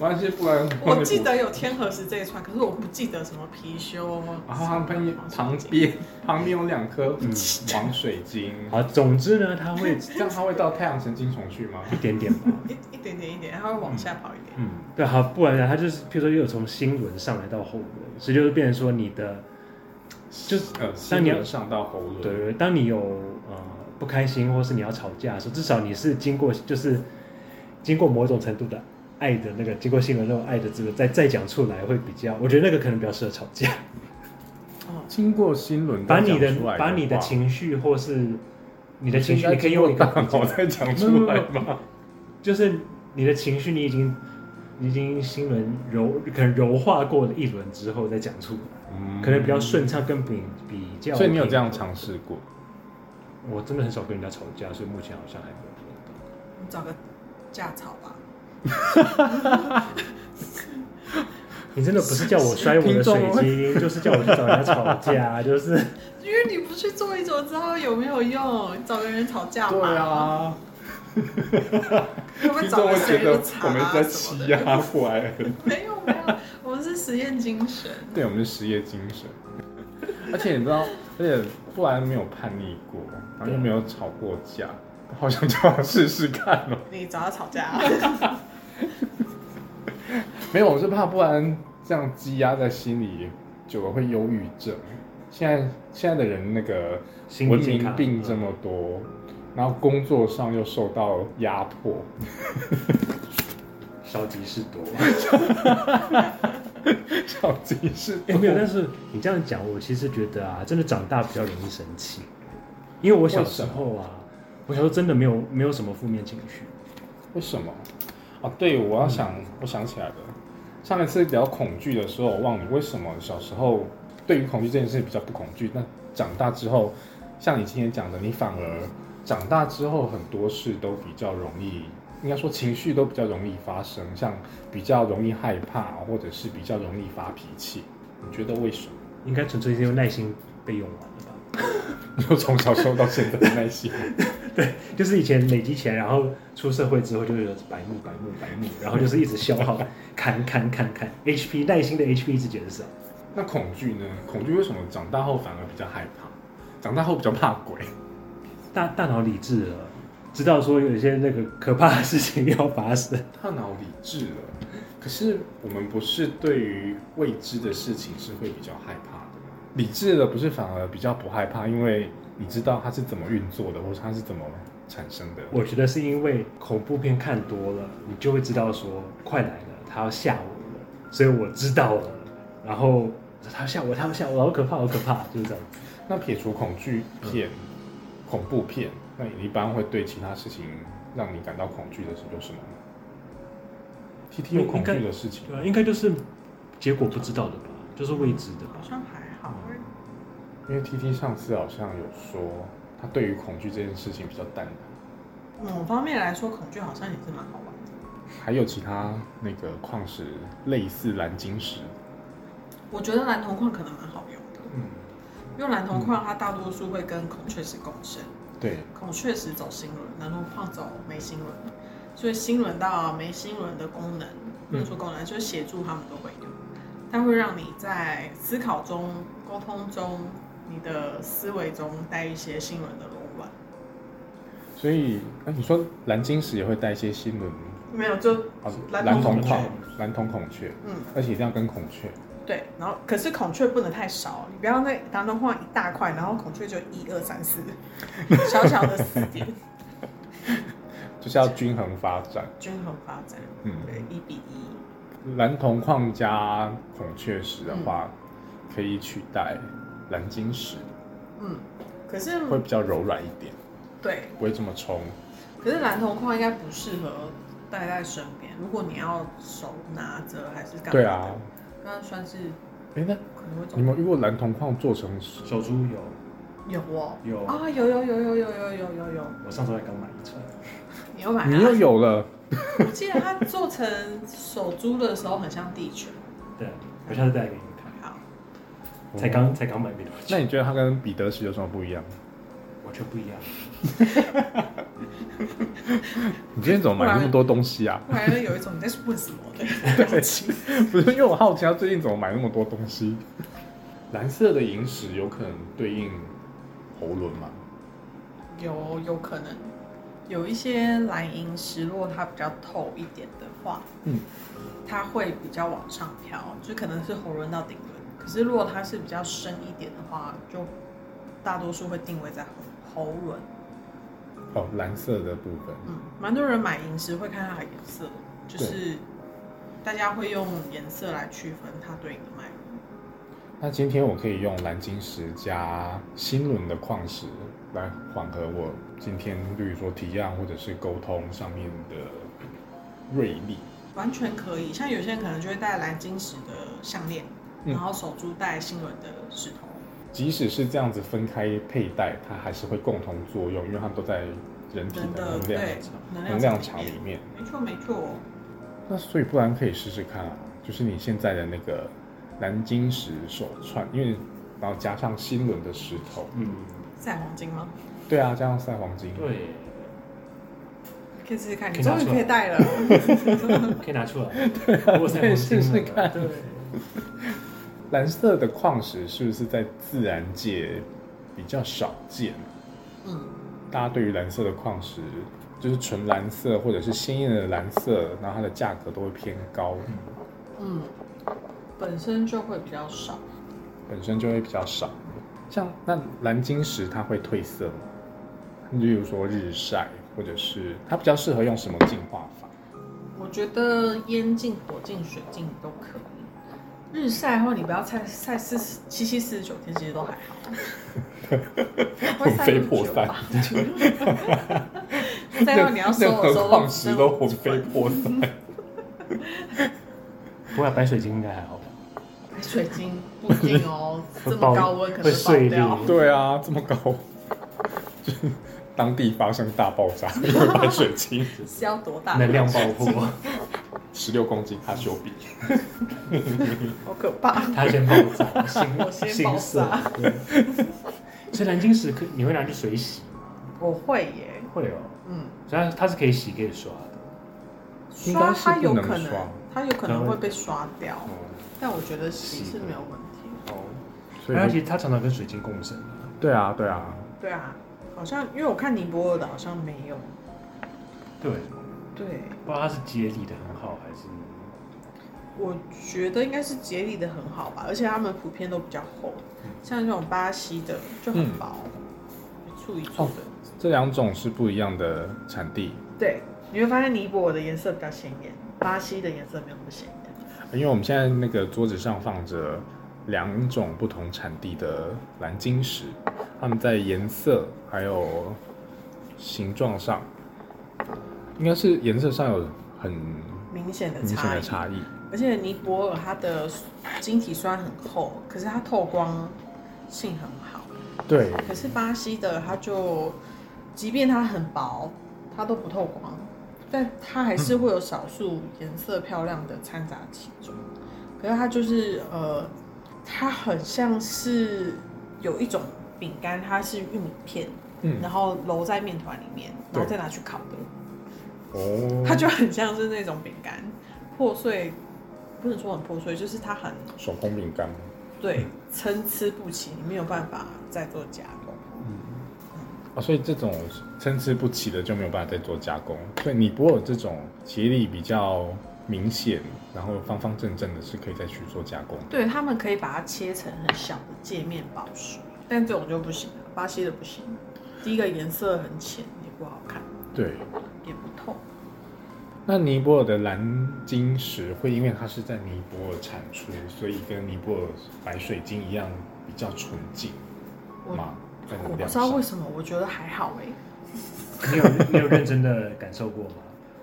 S1: 没关系，不然
S2: 我 记得有天河石这一串，可是我不记得什么貔貅。
S1: 然后他旁旁
S2: 什么
S1: 边旁边有两颗 嗯黄水晶，
S3: 好，总之呢，它会
S1: 这样它会到太阳神经丛去吗？
S3: 一点点 吧。
S2: 一一点点一点，它会往下跑一点。
S3: 嗯，对，好，不然呢，它就是，譬如说，又有从星轮上来到后轮，所以就是变成说你的，
S1: 就是呃，
S3: 当
S1: 心
S3: 你
S1: 轮上到喉咙，
S3: 对，当你有呃不开心或是你要吵架的时候，至少你是经过就是经过某种程度的爱的那个，经过星轮那种爱的这个，再再讲出来会比较，我觉得那个可能比较适合吵架，
S2: 哦，
S1: 经过心轮
S3: 把
S1: 再
S3: 你
S1: 嗯讲出
S3: 的
S1: 来话
S3: 把你的，情绪或是你的情绪，
S1: 应该
S3: 你可以用 一个
S1: 经过大脑
S3: 比较
S1: 再讲出来吗？
S3: 就是你的情绪，你已经你已经心轮柔，可能柔化过了一轮之后再讲出来，
S1: 嗯
S3: 可能比较顺畅，跟比比较。
S1: 所以你有这样？尝试过？
S3: 我真的很少跟人家吵架，所以目前好像还没有碰到。
S2: 你找个架草吧。
S3: 你真的不是叫我摔我 的水晶，就是叫我去找人家吵架，就是
S2: 因为你不去做一做，知道有没有用？找个人吵架嘛，
S1: 对，啊，
S2: 会不会
S1: 听
S2: 找
S1: 众
S2: 个
S1: 会觉
S2: 谁
S1: 得
S2: 都
S1: 我
S2: 吵
S1: 们
S2: 啊
S1: 在
S2: 什
S1: 欺
S2: 么的？
S1: 压怪人，
S2: 没有没有，我们是实验精神。
S1: 对我们是实业精神。而且你知道，而且不然没有叛逆过，然后又没有吵过架，好想叫他试试看哦。
S2: 你找他吵架、啊，
S1: 没有，我是怕不然这样积压在心里，久了会忧郁症。现在现在的人那个
S3: 心
S1: 文
S3: 理健
S1: 明
S3: 康嗯
S1: 病这么多，然后工作上又受到压迫，
S3: 少即是多。
S1: 这样子是
S3: 哎、没有，但是你这样讲，我其实觉得啊，真的长大比较容易生气，因为我小时候啊，我小时候真的没有没有什么负面情绪，
S1: 为什么？哦，对，我要想，我想起来了，上一次聊恐惧的时候，我忘了为什么小时候对于恐惧这件事比较不恐惧，那长大之后，像你今天讲的，你反而长大之后很多事都比较容易，应该说情绪都比较容易发生，像比较容易害怕，或者是比较容易发脾气。你觉得为什么？
S3: 应该纯粹是因为耐心被用完了吧。
S1: 你说从小时候到现在的耐心，
S3: 就是以前累积起来，然后出社会之后就有白目白目白目，然后就是一直消耗，砍砍砍砍，HP 耐心的 HP 一直减少。
S1: 那恐惧呢？恐惧为什么长大后反而比较害怕？长大后比较怕鬼？
S3: 大大脑理智了，知道说有一些那个可怕的事情要发生，
S1: 大脑理智了，可是我们不是对于未知的事情是会比较害怕的吗。理智了不是反而比较不害怕，因为你知道它是怎么运作的，或者它是怎么产生的。
S3: 我觉得是因为恐怖片看多了，你就会知道说快来了，他要吓我了，所以我知道了，然后他要吓我，他要吓我，好可怕，好可怕，就是这样子。
S1: 那撇除恐惧片、恐怖片，那你一般会对其他事情让你感到恐惧的是有什么呢？T T 有
S3: 应
S1: 恐
S3: 该
S1: 惧的事情，
S3: 对啊，应该就是结果不知道的吧，就是未知的吧
S2: 好。像还好欸。
S1: 因为 T T 上次好像有说他对于恐惧这件事情比较淡然。
S2: 某方面来说，恐惧好像也是蛮好玩的。
S1: 还有其他那个矿石类似蓝晶石，
S2: 我觉得蓝铜矿可能蛮好用的，
S1: 嗯，
S2: 因为蓝铜矿它大多数会跟孔雀石共生，
S1: 对，
S2: 孔雀石哦走星轮，蓝铜矿走眉心轮，所以星轮到眉心轮的功能，
S1: 嗯
S2: 不能说功能，就是协助他们都会有。它会让你在思考中、沟通中、你的思维中带一些星轮的轮转。
S1: 所以哎、你说蓝晶石也会带一些新轮啊，
S2: 没有，就蓝
S1: 蓝
S2: 铜
S1: 铜
S2: 孔
S1: 矿、蓝铜孔雀，
S2: 嗯，
S1: 而且一定要跟孔雀，
S2: 对，然后可是孔雀不能太少，啊你不要那当中画一大块，然后孔雀就一二三四，小小的 四点，
S1: 就是要均衡发展。
S2: 均衡发展，
S1: 嗯，
S2: 对，一比一，
S1: 蓝铜矿加孔雀石的话，可以取代蓝晶石，
S2: 嗯，可是
S1: 会比较柔软一点，
S2: 对，
S1: 不会这么冲。
S2: 可是蓝铜矿应该不适合带在身边，如果你要手拿着还是干嘛？
S1: 对啊，，
S2: 那算是
S1: 哎、那
S2: 可能会走
S1: 你们遇过蓝铜矿做成
S3: 手珠有
S2: 有哦，
S3: 有，
S2: 啊，有有有有有有有有有，
S3: 我上周还刚买一串，
S2: 你又买啊
S1: 你又
S2: 了？
S1: 有了，
S2: 我记得它做成手珠的时候很像地球，
S3: 对，我下次带给你们看。
S2: 好，
S3: 才刚才刚买没多久，
S1: 那你觉得它跟彼得石有什么不一样？
S3: 完全不一样。
S1: 你今天怎么买那么多东西啊？
S2: 我感觉有一种你在问什么的表情。
S1: 不是，因为我好奇他最近怎么买那么多东西。蓝色的萤石有可能对应喉轮嘛？
S2: 有有可能有一些蓝银石，如果它比较透一点的话，
S1: 嗯，
S2: 它会比较往上飘，就可能是喉轮到顶轮。可是如果它是比较深一点的话，就大多数会定位在喉喉轮。
S1: 哦，蓝色的部分。
S2: 嗯，蛮多人买银石会看它的颜色，就
S1: 对
S2: 是大家会用颜色来区分它对应的脉轮。
S1: 那今天我可以用蓝晶石加新轮的矿石来缓和我今天，比如说提案或者是沟通上面的锐利。
S2: 完全可以，像有些人可能就会戴蓝晶石的项链，
S1: 嗯
S2: 然后手珠戴星轮的石头。
S1: 即使是这样子分开佩戴，它还是会共同作用，因为它们都在人体
S2: 人
S1: 的
S2: 的
S1: 能量
S2: 对能
S1: 能量场里面。
S2: 没错没错，
S1: 那所以不然可以试试看啊，就是你现在的那个蓝晶石手串，因为然后加上新轮的石头，
S3: 嗯，
S2: 晒黄金吗？
S1: 对啊，加上赛黄金，，
S3: 对，
S2: 可以试试看，
S3: 可
S2: 你
S3: 以
S2: 终
S3: 拿
S2: 于
S3: 出来
S2: 可以戴了。
S3: 可以拿出 来。我才
S1: 可以
S3: 有
S1: 试试
S3: 心了
S1: 看
S3: 对，
S1: 蓝色的矿石是不是在自然界比较少见？
S2: 嗯，
S1: 大家对于蓝色的矿石，就是纯蓝色或者是鲜艳的蓝色，然后它的价格都会偏高，
S2: 嗯，本身就会比较少，
S1: 本身就会比较少。像那蓝晶石它会褪色吗？例如说日晒，或者是它比较适合用什么净化法？
S2: 我觉得烟镜、火镜、水镜都可以。日晒或你不要晒晒四十七七四十九天，其实都还好。会
S1: 魂
S2: 晒
S1: 飞
S2: 很久
S1: 魄散
S2: 吧。再啊到你要收
S1: 任
S2: 的
S1: 何
S2: 时候，
S1: 矿石都魂飞魄散。
S3: 不过白水晶应该还好吧？
S2: 水晶不一定哦，这
S3: 会
S2: 么
S3: 爆
S2: 高温可能
S3: 会碎
S2: 爆掉
S3: 裂
S1: 对啊，这么高， 就是当地发生大爆炸， 因为白水晶
S2: 是要多大的
S3: 能量爆破，
S1: 十六公斤阿修比，
S2: 好可怕！
S3: 它先爆炸，
S2: 我
S3: 心
S2: 先爆
S3: 心色
S2: 炸。
S3: 对所以蓝晶石可你会拿去水洗？
S2: 我会耶，
S3: 会哦，
S2: 嗯，
S3: 所以它它是可以洗可以刷的。
S1: 应该
S2: 刷
S1: 是
S2: 它有
S1: 不能
S2: 可
S1: 刷嗯
S2: 能，它有可能会被刷掉，
S3: 哦
S2: 但我觉得洗是没有问题。
S3: 哦，
S1: 所
S3: 它其
S1: 以
S3: 实它常常跟水晶共生。
S1: 对啊对啊，
S2: 对啊，好像因为我看尼泊尔的好像没有。
S3: 对，
S2: 对，
S3: 不知道它是接理的很好还是？
S2: 我觉得应该是节理的
S1: 嗯
S2: 很好吧，而且他们普遍都比较厚，像这种巴西的就很薄，
S1: 嗯
S2: 处一处的。
S1: 这两种是不一样的产地，
S2: 对，你会发现尼泊尔的颜色比较鲜艳，巴西的颜色没有那么鲜艳。
S1: 因为我们现在那个桌子上放着两种不同产地的蓝晶石，它们在颜色还有形状上，应该是颜色上有很
S2: 明显的
S1: 明显
S2: 差
S1: 的
S2: 异，
S1: 差异。
S2: 而且尼泊尔它的晶体虽然很厚，可是它透光性很好。
S3: 对，
S2: 可是巴西的它就，即便它很薄，它都不透光，但它还是会有少数颜色漂亮的掺杂其中。可是它就是呃，它很像是有一种饼干，它是玉米片，
S1: 嗯，
S2: 然后揉在面团里面，然后
S1: 对
S2: 再拿去烤的，
S1: 哦，
S2: 它就很像是那种饼干破碎，不能说很破碎，就是它很
S1: 手工饼干。
S2: 对参差不齐，你没有办法再做加工。
S3: 嗯
S1: 啊，所以这种参差不齐的就没有办法再做加工。所以尼泊尔这种协力比较明显，然后方方正正的是可以再去做加工。
S2: 对他们可以把它切成很小的界面宝石，但这种就不行了，巴西的不行。第一个颜色很浅，也不好看，
S1: 对，
S2: 也不透。
S1: 那尼泊尔的蓝晶石会因为它是在尼泊尔产出，所以跟尼泊尔白水晶一样比较纯净
S2: 我
S1: 吗？在
S2: 我
S1: 能
S2: 不
S1: 量
S2: 知道
S1: 上
S2: 为，什么，我觉得还好哎、
S3: 你有你有认真的感受过吗？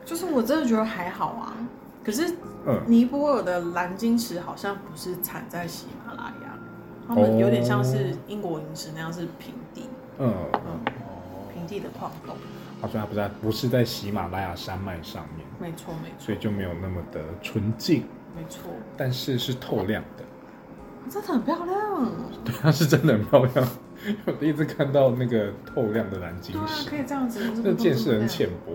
S2: 就是我真的觉得还好啊。可是
S1: 嗯，
S2: 尼泊尔的蓝晶石好像不是产在喜马拉雅，他们有点像是英国银石那样是平地，
S1: 嗯，
S2: 嗯，
S3: 哦
S2: 平地的矿洞。
S1: 好啊像它不在不是在喜马拉雅山脉上面，
S2: 没错，没错，
S1: 所以就没有那么的纯净，
S2: 没错，
S1: 但是是透亮的。
S2: 真的很漂亮。
S1: 对，它是真的很漂亮。我第一次看到那个透亮的蓝晶
S2: 对啊，
S1: 石
S2: 可，以这样子。
S1: 这见识很
S2: 啊
S1: 浅薄、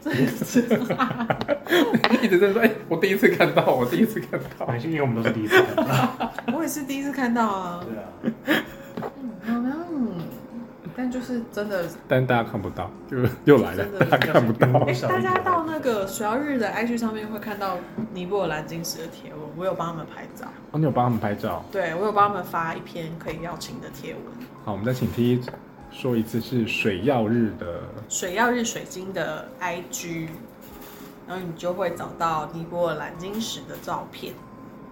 S2: 真是。
S1: 欸。一直在说，哎、我第一次看到，我第一次看 到。
S3: 还是因为我们都是第一次看到。
S2: 我也是第一次看到啊，嗯
S3: 对啊，
S2: 好像，但就是真的，
S1: 但大家看不到，就又来
S2: 真
S1: 了，
S2: 的
S1: 大家看不到
S2: 哎、
S3: 我少
S2: 大
S3: 一
S2: 家
S3: 点
S2: 到那个水曜日的 IG 上面会看到尼泊尔蓝晶石的贴文，我有帮他们拍照，
S1: 哦，你有帮他们拍照？
S2: 对我有帮他们发一篇可以邀请的贴文，
S1: 好，我们再请 T 说一次是水曜日的，
S2: 水曜日水晶的 IG，然后你就会找到尼泊尔蓝晶石的照片，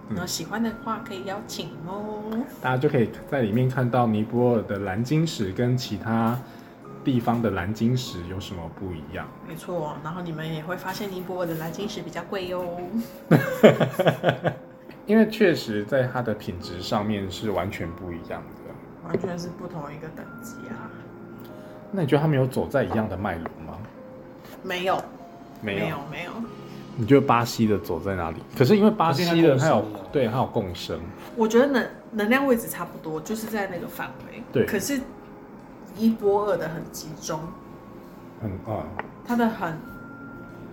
S1: 嗯
S2: 然后喜欢的话可以邀请哦。
S1: 大家就可以在里面看到尼泊尔的蓝晶石跟其他地方的蓝晶石有什么不一样。
S2: 没错，然后你们也会发现尼泊尔的蓝晶石比较贵哦哟、
S1: 因为确实在它的品质上面是完全不一样的。
S2: 完全是不同一个等级啊。
S1: 那你觉得他们有走在一样的脉轮吗？
S2: 没有，
S1: 有。
S2: 没有，没有。
S1: 你觉得巴西的走在哪里？可是因为巴西的它有
S3: 可是它共生了
S1: 对它有共生，
S2: 我觉得能能量位置差不多，就是在那个范围。
S1: 对
S2: 可是尼泊尔的很集中，
S1: 嗯啊、
S2: 它的很，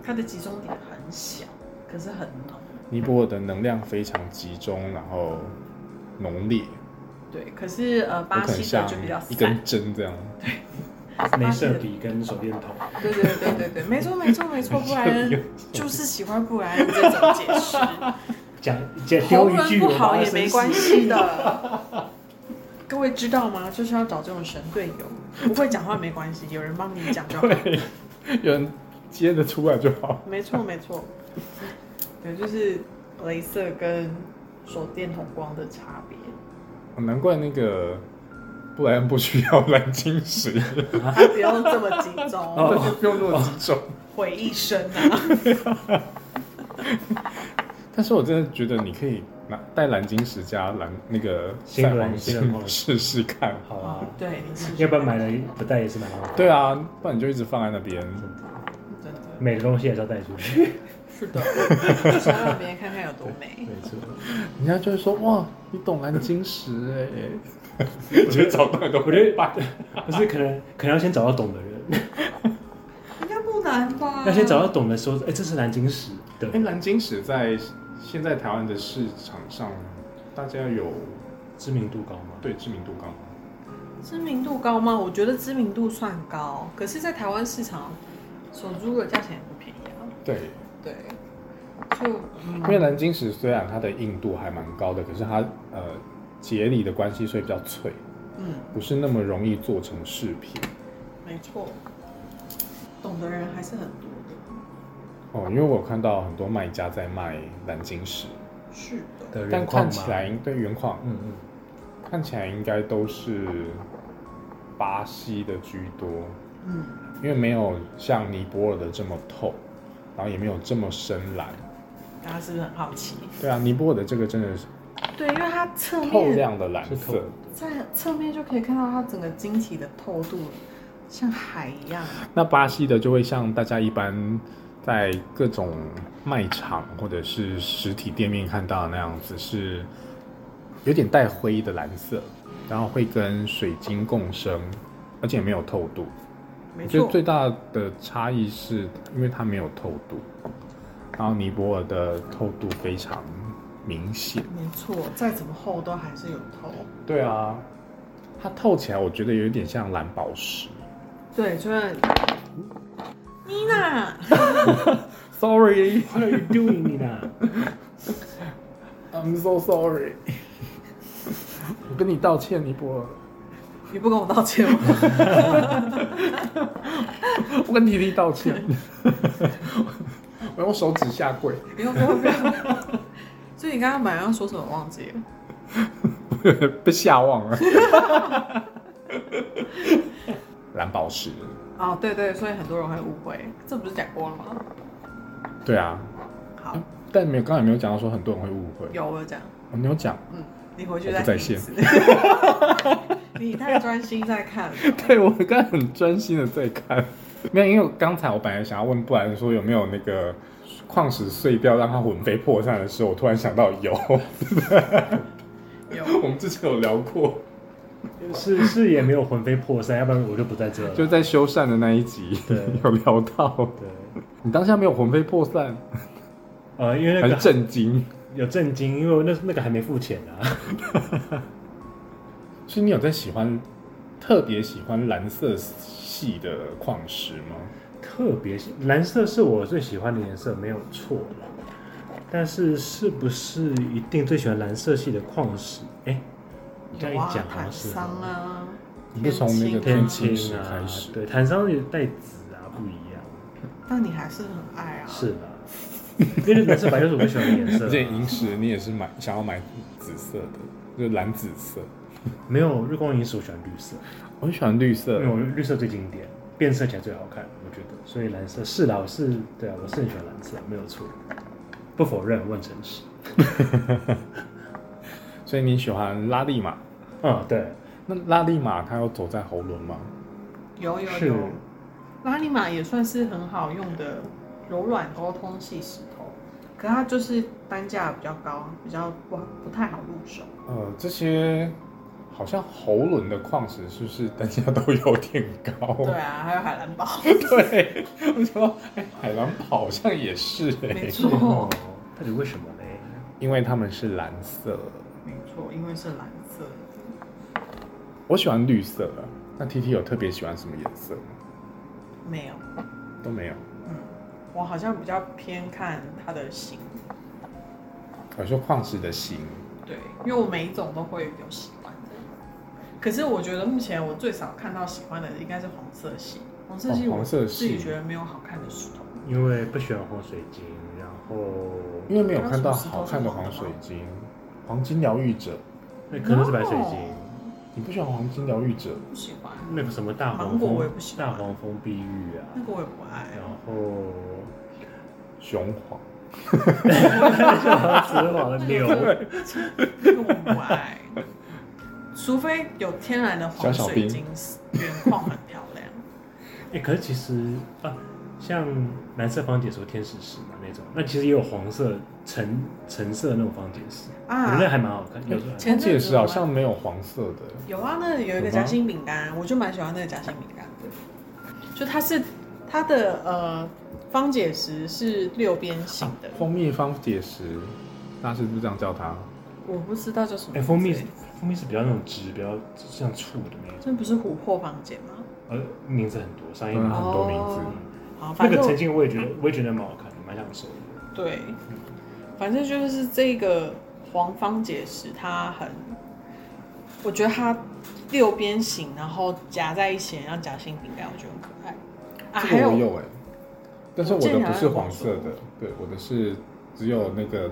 S2: 它的集中点很小，可是很浓。
S1: 尼泊尔的能量非常集中，然后浓烈，
S2: 对，可是呃，
S1: 有
S2: 巴
S1: 可能
S2: 西的
S1: 像
S2: 就比较
S1: 一
S2: 散
S1: 根。针这样。
S3: 镭射笔跟手电筒。
S2: 对对对对对，没错没错 没错，布莱恩就是喜欢布莱恩这种解释，
S3: 讲讲
S2: 喉
S3: 丢一
S2: 咙
S3: 句，
S2: 不
S3: 我
S2: 好
S3: 把它
S2: 也没
S3: 生气
S2: 关。 系的。各位知道吗？就是要找这种神队友，不会讲话没关系，有人帮你讲就好。
S1: 对，有人接得出来就好。
S2: 没错没 错，对，就是镭射跟手电筒光的差 别。
S1: 啊难怪那个布莱恩不需要蓝晶石，
S2: 它不用这么集
S3: 哦
S1: 不
S2: 中，
S1: 用那么集中。
S2: 毁一生啊！
S1: 但是我真的觉得你可以拿带蓝晶石加蓝那个
S3: 新
S1: 赛
S3: 的
S1: 黄
S3: 新的
S1: 金
S3: 矿
S1: 试试看。
S3: 好啊，
S2: 对，你是
S3: 要不然买了不带也是蛮好的。
S1: 对啊，不然你就一直放在那边。
S2: 真的
S3: 美的东西也是要带出 去。
S2: 是的， 想让别人看看有多美。
S3: 没错，
S1: 人家就会说哇，你懂蓝晶石哎、 欸，觉得找到都
S3: 我觉得不是可能可能要先找到懂的人，
S2: 应该不难吧？
S3: 要先找到懂的说，哎，这是蓝晶石的
S1: 哎、蓝晶石在现在台湾的市场上，大家有
S3: 知名度高吗？
S1: 对知名度高吗？
S2: 知名度高吗？我觉得知名度算高，可是，在台湾市场，手珠的价钱也不便宜啊。
S1: 对，
S2: 对，就
S1: 因为
S2: 嗯，
S1: 蓝晶石虽然它的硬度还蛮高的，可是它呃节理的关系所以比较脆，
S2: 嗯
S1: 不是那么容易做成饰品。
S2: 没错，懂的人还是很多的。
S1: 哦，因为我有看到很多卖家在卖蓝晶石，
S2: 是的，
S3: 的
S1: 但
S3: 原矿
S1: 看
S3: 吗
S1: 起，来对原矿
S3: 嗯嗯，
S1: 看起来应该都是巴西的居多，
S2: 嗯，
S1: 因为没有像尼泊尔的这么透，然后也没有这么深蓝。
S2: 大家是不是很好奇？
S1: 对啊，尼泊尔的这个真的是
S2: 对，因为它侧
S1: 透
S2: 面
S1: 亮的蓝
S3: 嗯是
S1: 色
S3: 透的，
S2: 在侧面就可以看到它整个晶体的透度，像海一样。
S1: 那巴西的就会像大家一般在各种卖场或者是实体店面看到的那样子，是有点带灰的蓝色，然后会跟水晶共生，而且没有透度。
S2: 没
S1: 我觉得
S2: 错，
S1: 最大的差异是因为它没有透度，然后尼泊尔的透度非常明显。
S2: 没错，再怎么厚都还是有透。
S1: 对啊，它透起来我觉得有点像蓝宝石。
S2: 对，就是妮娜，
S1: Sorry,
S3: What are you doing, Nina？
S1: I'm so sorry 。 我跟你道歉，尼泊尔。
S2: 你不跟我道歉吗？
S1: 我跟弟弟道歉。我用手指下跪，
S2: 不用不用不用。 所以你刚刚本来要说什么忘记了？
S1: 被吓忘了。 蓝宝石，
S2: 哦，对对，所以很多人会误会，这不是讲过了吗？
S1: 对啊，
S2: 好，
S1: 但没有刚才没有讲到说很多人会误会，
S2: 有我有讲，
S1: 我没有讲，
S2: 嗯，你回去
S1: 我
S2: 再
S1: 不在
S2: 听
S1: 线
S2: 一次。 你太专心在看 了，
S1: 对我刚才很专心的在看，没有，因为我刚才我本来想要问布兰说有没有那个矿石碎掉让它魂飞魄散的时候，我突然想到有，
S2: 有啊
S1: 我们之前有聊过，
S3: 是是也没有魂飞魄散，要不然我就不在这了。
S1: 就在修缮的那一集
S3: 对
S1: 有聊到，
S3: 对，
S1: 你当下没有魂飞魄散，
S3: 呃，因为
S1: 还
S3: 那
S1: 是
S3: 个
S1: 震惊？
S3: 有震惊，因为我那那个还没付钱啊。
S1: 所以你有在喜欢特别喜欢蓝色系的矿石吗？
S3: 特别喜蓝色是我最喜欢的颜色，没有错啦但是是不是一定最喜欢蓝色系的矿石？哎、你这样
S2: 有
S3: 一
S2: 啊
S3: 讲，好
S2: 坦
S3: 像是
S2: 桑啊，
S1: 你是从那个天
S2: 天
S1: 青
S2: 青啊，
S3: 青
S1: 石
S3: 啊
S1: 开始，
S3: 对，坦桑也带紫啊，不一样。
S2: 但你还是很爱啊。
S3: 是啦，因为蓝色白就是我最喜欢的颜色
S1: 而
S3: 啊、
S1: 且银石你也是买想要买紫色的，就是蓝紫色。
S3: 没有日光银石，我喜欢绿色，
S1: 我很喜欢绿色
S3: 因为，我绿色最经典，变色起来最好看，我觉得。所以蓝色是啦，我是对啊，我是很喜欢蓝色，没有错，不否认，问诚实。
S1: 所以你喜欢拉力马。
S3: 嗯，对，
S1: 那拉力马它有走在喉轮吗？
S2: 有有
S3: 是
S2: 有，拉尼玛也算是很好用的柔软沟通系石头，可它就是单价比较高，比较不不太好入手。
S1: 呃，这些好像喉轮的矿石是不是单价都有点高？
S2: 对啊，还有海蓝宝，
S1: 对，我说哎，海蓝宝好像也是哎、
S2: 没
S3: 是哦
S2: 错，
S3: 到底为什么嘞？
S1: 因为它们是蓝色。
S2: 没错，因为是蓝色的。
S1: 我喜欢绿色啊。那 T T 有特别喜欢什么颜色吗？
S2: 没有，
S1: 都没有。
S2: 嗯，我好像比较偏看它的型，
S1: 我说矿石的形，
S2: 对，因为我每一种都会有喜欢的。可是我觉得目前我最少看到喜欢的应该是黄色系，黄色系
S1: 哦
S2: 我
S1: 黄色
S2: 自
S1: 系
S2: 己觉得没有好看的石头。
S3: 因为不喜欢红水晶，然后
S1: 因为没有看到好看的黄水晶，黄金疗愈者，
S3: 那可能是白水晶，
S1: 你不喜欢黄金疗愈者？
S2: 不喜欢，
S3: 那个什么大黄
S2: 芒果我也
S3: 蜂
S2: 不喜，欢
S3: 大黄蜂碧玉啊，
S2: 那个我也不爱
S3: 然
S2: 哦。
S3: 后
S1: 雄黄，
S3: 紫
S2: 那
S3: 黄柳
S2: 个。我那个我不爱，除非有天然的黄
S1: 小小
S2: 水
S1: 兵
S2: 晶原矿很漂亮。
S3: 哎、可是其实啊，像蓝色方解石、天使石嘛那种，那其实也有黄色、橙橙色那种方解石，我觉得那
S2: 啊，
S3: 还蛮好看。有时候还
S2: 前阵子
S1: 戒指好像没有黄色的，
S2: 有啊，那里有一个
S1: 有吗
S2: 夹心饼干，我就蛮喜欢那个夹心饼干的，就它是它的呃方解石是六边形的，
S3: 啊
S1: 蜂蜜方解石，大师是不是这样叫它？
S2: 我不知道叫什么
S3: 哎、
S2: 名字。
S3: 蜂蜜蜂蜜是比较那种汁，比较像醋的那种，
S2: 这不是琥珀方解吗？
S3: 呃，名字很多，商业名
S1: 嗯，
S3: 字。
S1: 很多名字。
S2: 哦好，
S3: 那
S2: 反
S3: 个
S2: 正我
S3: 曾经我也觉得，我也觉得蛮好看的，蛮想 收的。
S2: 对，反正就是这个黄方解石，它很，我觉得它六边形，然后夹在一起，然后夹心饼干，我觉得很可爱。啊，
S1: 这
S2: 还
S1: 个我
S2: 有
S1: 有哎、但是我
S2: 我
S1: 的
S2: 见
S1: 不是
S2: 你好像
S1: 黄色
S2: 有
S1: 的，对，我的是只有那个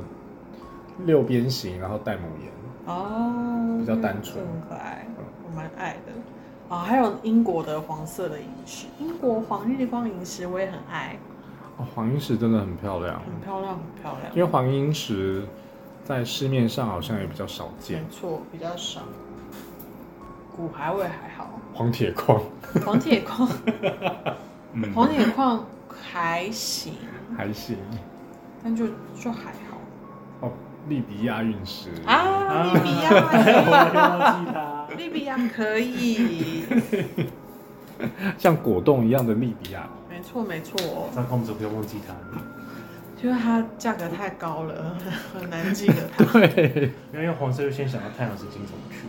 S1: 六边形，然后带母岩。
S2: 哦，
S1: 比较单纯
S2: 这很可爱，我蛮爱的。啊，还有英国的黄色的饮食，英国黄日光饮食我也很爱，
S1: 哦，黄英石真的很漂亮，
S2: 很漂亮，很漂亮
S1: 因。为黄英石在市面上好像也比较少见
S2: 没。错，比较少。骨骸味还好，
S1: 黄铁矿，
S2: 黄铁矿，
S1: 嗯，
S2: 黄铁矿还行，
S1: 还行。
S2: 但就就还好
S1: 哦，利比亚陨石，
S2: 啊。利比亚
S3: 我
S2: 可
S3: 忘记它。
S2: 以，利比亚 可以，
S1: 像果冻一样的利比亚，
S2: 没错没错，
S3: 糟糕，我们怎么不要忘记它呢？
S2: 就是它价格太高了， 很难记得它。
S1: 对，
S3: 因为用黄色就先想到太阳神星怎么去，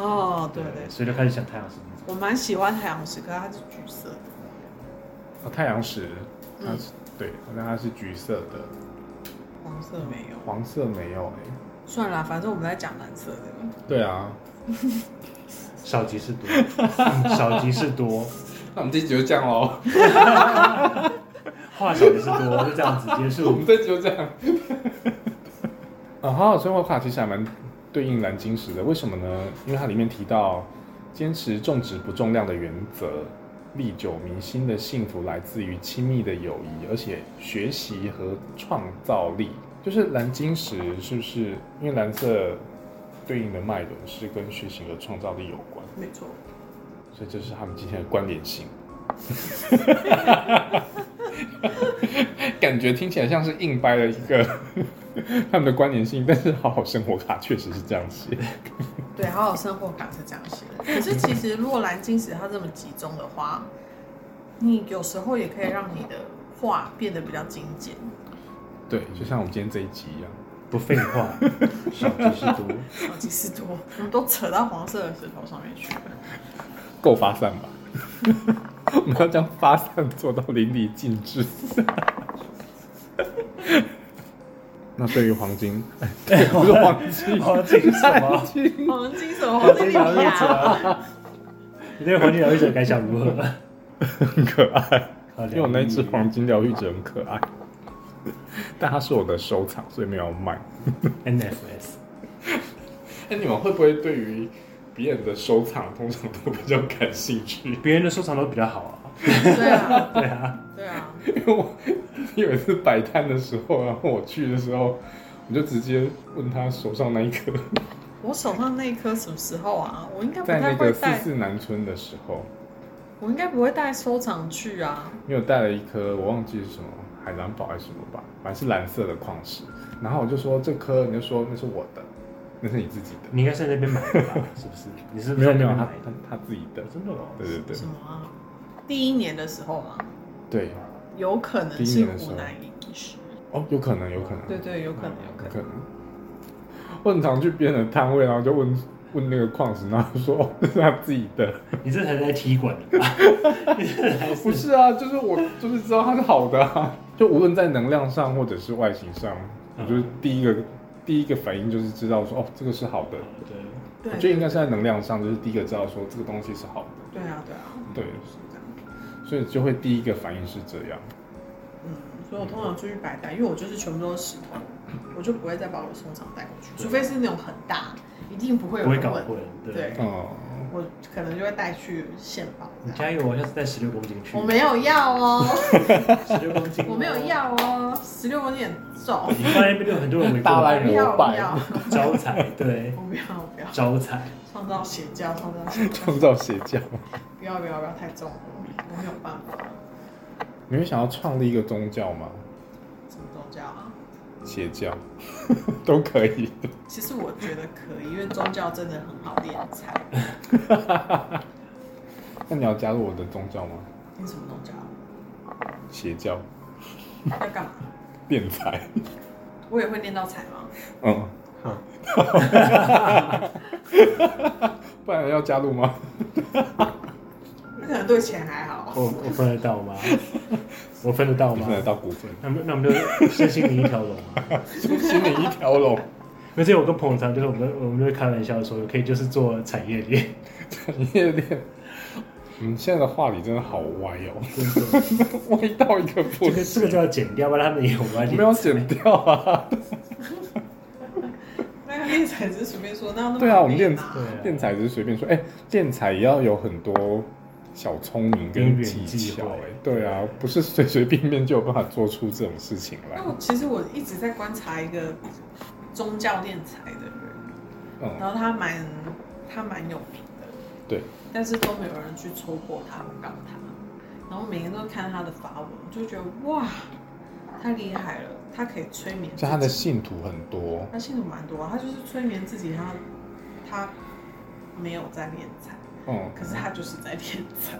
S2: 哦，对对，
S3: 所以就开始想太阳神星。
S2: 我蛮喜欢太阳石，可是它是橘色的。
S1: 哦、太阳石，它
S2: 嗯
S1: 是、对，那它是橘色的，
S2: 黄色没有，
S1: 黄色没有哎、
S2: 算了，反正我们在讲蓝色的。
S1: 对啊，
S3: 少即是多， 嗯少即是多，
S1: 那我们这集就这样喽，
S3: 话少即是多，就这样子结束。
S1: 这集就 这样。啊，好好生活卡其实还蛮对应蓝晶石的，为什么呢？因为它里面提到坚持重质不重量的原则，历久弥新的幸福来自于亲密的友谊，而且学习和创造力。就是蓝晶石是不是？因为蓝色对应的脉轮是跟学习和创造力有关，
S2: 没错，
S1: 所以这是他们今天的关联性。感觉听起来像是硬掰了一个 他们的关联性，但是好好生活卡确实是这样写。
S2: 对，好好生活感是这样写 的。可是其实，如果蓝晶石它这么集中的话，你有时候也可以让你的画变得比较精简。
S1: 对，就像我们今天这一集一样。
S3: 不废话，少即是多。
S2: 好几十多，我们都扯到黄色的石头上面去了。
S1: 够发散吧？ 我们要将发散做到淋漓尽致。那对于黄 金，哎，不是黄金，
S3: 黄金是 什么
S1: 蓝金
S2: 黄金什么黄金
S3: 疗愈
S2: 比啊？
S3: 者，你对黄金疗愈者感想如何？
S1: 很可爱，
S3: 好
S1: 因为我那只黄，金疗愈者很可爱， 但它是我的收藏，所以没有卖。
S3: 疗愈 NFS，
S1: 那你们会不会对于别人的收藏通常都比较感兴趣？
S3: 别人的收藏都比较好啊。
S2: 对啊，
S3: 对啊，
S2: 对啊，
S1: 因为我有一次摆摊的时候，然后我去的时候，我就直接问他手上那一颗。
S2: 我手上那一颗什么时候啊？我应该不
S1: 在
S2: 太
S1: 那
S2: 会
S1: 个四
S2: 带，
S1: 四南村的时候，
S2: 我应该不会带收藏去啊。
S1: 因为我带了一颗我忘记是什么海蓝宝还是什么吧，反正是蓝色的矿石。然后我就说这颗，你就说那是我的，那是你自己的。
S3: 你应该是在那边买的吧？是不是？你是不
S1: 没
S3: 是
S1: 有没
S3: 在那边
S1: 有，他
S3: 买的？
S1: 他他自己的
S3: 哦。真的哦。
S1: 对对对
S2: 什么啊？第一年的时候啊，
S1: 对，
S2: 有可能
S1: 第一
S2: 是
S1: 年的时候嗯
S2: 湖南饮食。
S1: 哦，有可能有可能，
S2: 对对，有可能，有
S1: 有
S2: 可
S1: 可
S2: 能。
S1: 能。我很常去别人的摊位，然后就问问那个矿石，然后说哦，那是他自己的。
S3: 你这才是在踢馆 的吧？你这才
S1: 不是啊，就是我就是知道它是好的啊，就无论在能量上或者是外形上，
S2: 嗯
S1: 我就是第一个第一个反应就是知道说哦，这个是好的。
S3: 对。
S1: 我
S2: 对，
S1: 觉得应该是在能量上，就是第一个知道说这个东西是好的，
S2: 对啊，对啊，
S1: 对，
S2: 是这样。
S1: 所以就会第一个反应是这样。
S2: 嗯，所以我通常出去摆摊，因为我就是全部都是石头，我就不会再把我的收藏带过去，除非是那种很大，一定不会有
S3: 不会
S2: 人
S3: 搞
S2: 问。
S3: 混，
S2: 对，
S1: 哦、
S2: 我可能就会带去献宝
S3: 你
S2: 这样。
S3: 加油，我下次带十六公斤去。
S2: 我没有要哦，
S3: 十六公斤，
S2: 我没有。要哦，十六有点 重，
S3: 你放在那边就有很多人围过
S1: 大
S2: 不
S1: 烂
S3: 来，
S2: 要
S1: 牛
S2: 不
S1: 掰
S2: 要，
S3: 招财，对，
S2: 我不要我不要，
S3: 招财。
S2: 创造邪教，创造邪教，
S1: 创造邪教，
S2: 不要不要不要太重了，我没有办法。
S1: 你会想要创立一个宗教吗？
S2: 什么宗教啊？
S1: 邪教 都可以。
S2: 其实我觉得可以，因为宗教真的很好敛财。
S1: 那你要加入我的宗教吗？
S2: 你什么宗教？啊
S1: 邪教
S2: 要干嘛？
S1: 敛财，
S2: 我也会念到财吗？
S1: 嗯，
S3: 好，
S1: 不然要加入吗？
S2: 那可能对钱还好。
S3: 我
S1: 哦
S3: 我分得到吗？ 我分得到
S1: 你
S3: 吗
S1: 分？得到股份，
S3: 那我们那我们就身心灵一条龙啊！
S1: 心里一条龙。
S3: 而且我跟朋友常就是我们我们就会开玩笑说，可以就是做产业链，
S1: 产业链。你现在的话题真的好歪哦，
S3: 就是说
S1: 歪到一个不
S3: 这个这个
S1: 行
S3: 就。要剪掉，不然他们也有歪
S1: 我
S3: 理。
S1: 没有剪掉啊，
S2: 那个练才只是随便说，那那么
S1: 对啊我们
S2: 累
S1: 练
S2: 吗
S3: 对啊
S1: 电彩只是随便说，哎、电彩也要有很多小聪明
S3: 因
S1: 跟
S3: 缘
S1: 技
S3: 际
S1: 巧、
S3: 会
S1: 哎，对啊，不是随随便便就有办法做出这种事情来
S2: 那。我其实我一直在观察一个宗教练财的人，
S1: 嗯，
S2: 然后他蛮他蛮有名的，
S1: 对，
S2: 但是都没有人去戳破他或告他，然后每个人都看他的发文，我就觉得哇，太厉害了，他可以催眠自
S1: 像他的
S2: 己，
S1: 信徒很多，
S2: 他信徒蛮多、啊，他就是催眠自己，他他没有在练财，
S1: 嗯，
S2: 可是他就是在练财，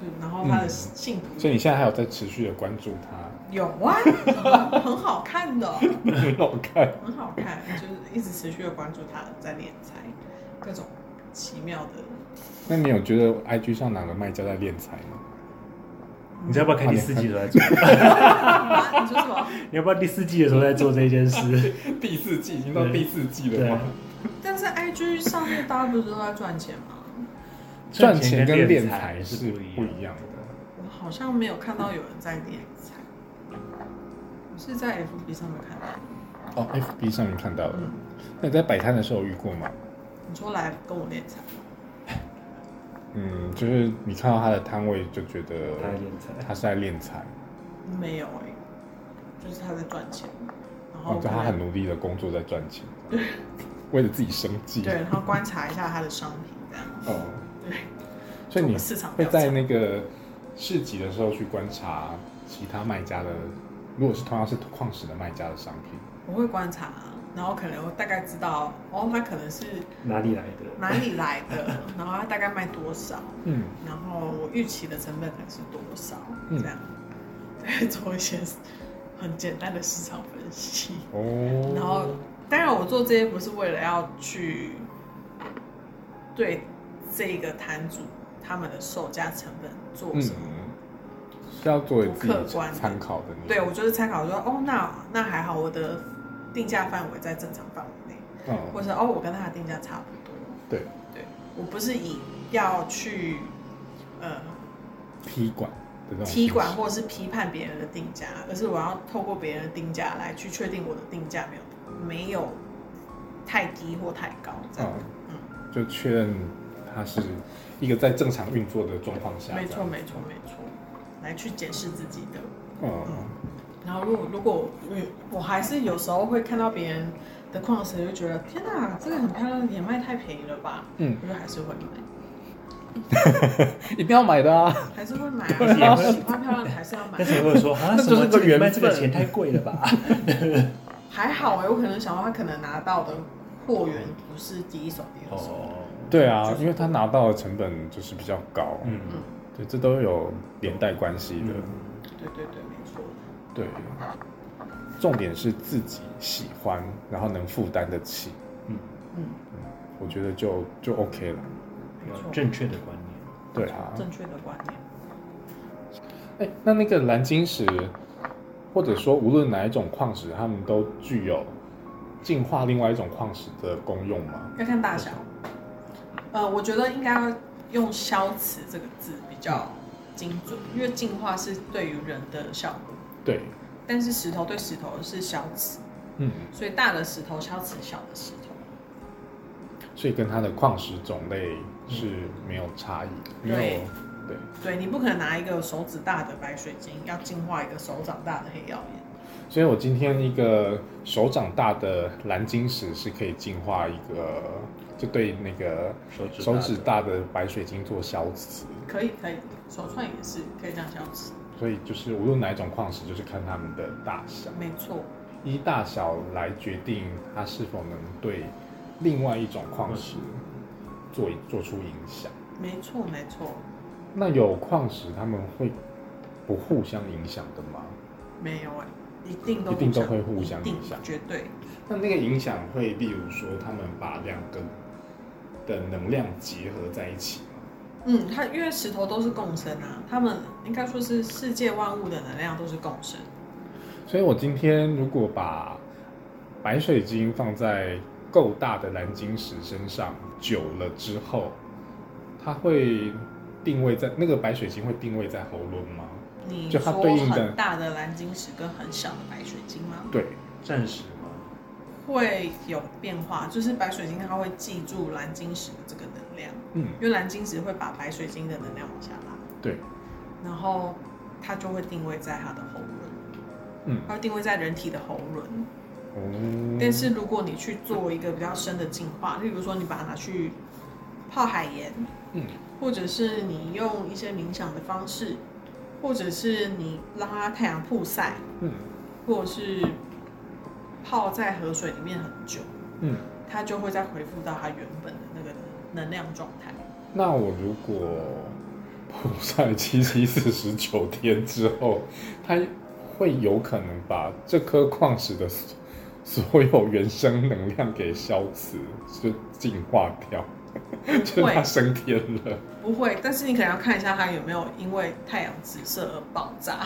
S2: 嗯，然后他的
S1: 嗯
S2: 信徒
S1: 所以你现在还有在持续的关注 他，
S2: 有啊，很好看的。哦
S1: 很好看。
S2: 很好看，就是一直持续的关注他在敛财各种奇妙的。
S1: 那你有觉得 IG 上哪个卖家在练财吗？
S3: 你要不要看第四季的时候再做？
S2: 啊你说什么？
S3: 你要不要第四季的时候再做这件事？
S1: 第四季已经
S3: 到第
S1: 四季
S3: 对，
S2: 但是 IG 上面大家不是都在赚钱吗？
S1: 赚钱跟
S3: 敛
S1: 练财是不一样的。
S2: 我好像没有看到有人在敛财，我是在 FB 上面看到。
S1: 哦，FB 上面看到了。
S2: 嗯，
S1: 那你在摆摊的时候有遇过吗？
S2: 你说来跟我敛财，
S1: 嗯，就是你看到他的摊位就觉得
S3: 他的敛财，
S1: 他是在练财，
S2: 没有哎、就是他在赚钱，然后
S1: 哦，
S2: 可
S1: 就他
S2: 能
S1: 很努力的工作在赚钱，为了自己生计。
S2: 对，然后观察一下他的商品这样。
S1: 哦，
S2: 对，
S1: 所以你
S2: 做市场
S1: 会
S2: 调查
S1: 在那个市集的时候去观察其他卖家的，如果是同样是矿石的卖家的商品，
S2: 我会观察，然后可能我大概知道哦，他可能是
S3: 哪里来的？
S2: 哪里来的， 然后它大概卖多少，
S1: 嗯，
S2: 然后我预期的成本可能是多少，
S1: 嗯
S2: 这样，再做一些很简单的市场分析。
S1: 哦，
S2: 然后，当然我做这些不是为了要去对这个摊主他们的售价成本做
S1: 嗯
S2: 什么。，
S1: 是要作为自
S2: 客
S1: 己
S2: 观的
S1: 参考的那个，
S2: 对，我就是参考说，哦，那那还好，我的定价范围在正常范围内，
S1: 嗯，
S2: 或者是哦，我跟他的定价差不多。
S1: 对，
S2: 对我不是以要去呃
S1: 踢馆的那种
S2: 踢馆
S1: 形式
S2: 或者是批判别人的定价，而是我要透过别人的定价来去确定我的定价没有没有太低或太高这样。嗯
S1: 嗯，就确认它是一个在正常运作的状况下，
S2: 没错，
S1: 这样，
S2: 没错，没错，来去检视自己的。
S1: 嗯，
S2: 然后如果如果嗯，我还是有时候会看到别人的矿石，就觉得天哪，这个很漂亮，也卖太便宜了吧？
S1: 嗯，
S2: 我就还是会买，
S1: 一定要买的啊，
S2: 还是会买、
S3: 对啊
S2: 啊。喜欢漂亮的还是要买
S3: 但。是我有说啊，
S1: 那
S3: 什
S1: 就是
S3: 么
S1: 个
S3: 这个
S1: 缘
S3: 卖这个
S1: 分
S3: 钱太贵了 吧？
S2: 还好哎、我可能想到他可能拿到的货源不是第一手、第二手，
S3: 哦，
S1: 对啊，因为他拿到的成本就是比较高，
S3: 嗯，
S1: 对，这都有连带关系的。
S2: 对对对，没错。
S1: 对，重点是自己喜欢，然后能负担得起，
S3: 嗯，
S2: 嗯，
S1: 我觉得就就 OK 了。
S2: 没
S3: 有
S2: 错，
S3: 嗯正确的观念，
S1: 对啊，
S2: 正确的观念。
S1: 哎，那那个蓝晶石，或者说无论哪一种矿石，它们都具有净化另外一种矿石的功用吗？
S2: 要看大小。呃，我觉得应该要用“消磁”这个字比较精准，因为净化是对于人的效果，
S1: 对，
S2: 但是石头对石头是消磁，
S1: 嗯，
S2: 所以大的石头消磁小的石头。
S1: 所以跟它的矿石种类是没有差异，没有
S2: 对
S1: 对，
S2: 对你不可能拿一个手指大的白水晶要净化一个手掌大的黑曜岩，
S1: 所以我今天一个手掌大的蓝晶石是可以净化一个，就对那个
S3: 手指
S1: 手指
S3: 的
S1: 大的白水晶做消磁，
S2: 可以可以，手串也是可以这样消磁，
S1: 所以就是无论哪一种矿石，就是看它们的大小，
S2: 没错。
S1: 依大小来决定它是否能对另外一种矿石做做出影响。
S2: 没错，没错，
S1: 那有矿石他们会不互相影响的吗？
S2: 没有哎、一定都
S1: 一定都
S2: 互相
S1: 会互相影响
S2: 一定绝对
S1: 那那个影响会，例如说他们把两个的能量结合在一起吗？
S2: 嗯，它因为石头都是共生啊，它们应该说是世界万物的能量都是共生。
S1: 所以我今天如果把白水晶放在够大的蓝晶石身上，久了之后，它会定位在那个白水晶会定位在喉咙吗？
S2: 你
S1: 就它
S2: 说
S1: 对应的
S2: 很大的蓝晶石跟很小的白水晶吗？
S1: 对，
S3: 暂时吗？
S2: 会有变化，就是白水晶它会记住蓝晶石的这个能量，
S1: 嗯，
S2: 因为蓝晶石会把白水晶的能量往下拉，
S1: 对，
S2: 然后它就会定位在它的喉轮，
S1: 嗯，
S2: 它会定位在人体的喉轮。
S1: 哦，
S2: 但是如果你去做一个比较深的净化，例如说你把它拿去泡海盐，
S1: 嗯，
S2: 或者是你用一些冥想的方式，或者是你让它太阳曝晒，
S1: 嗯
S2: 或者是泡在河水里面很久，
S1: 嗯，
S2: 它就会再恢复到它原本的那个能量状 态。
S1: 那我如果曝晒七七四十九天之后，它会有可能把这颗矿石的所所有原生能量给消磁，就净化掉，就是
S2: 会
S1: 它升天了。
S2: 不会，但是你可能要看一下它有没有因为太阳直射而爆炸。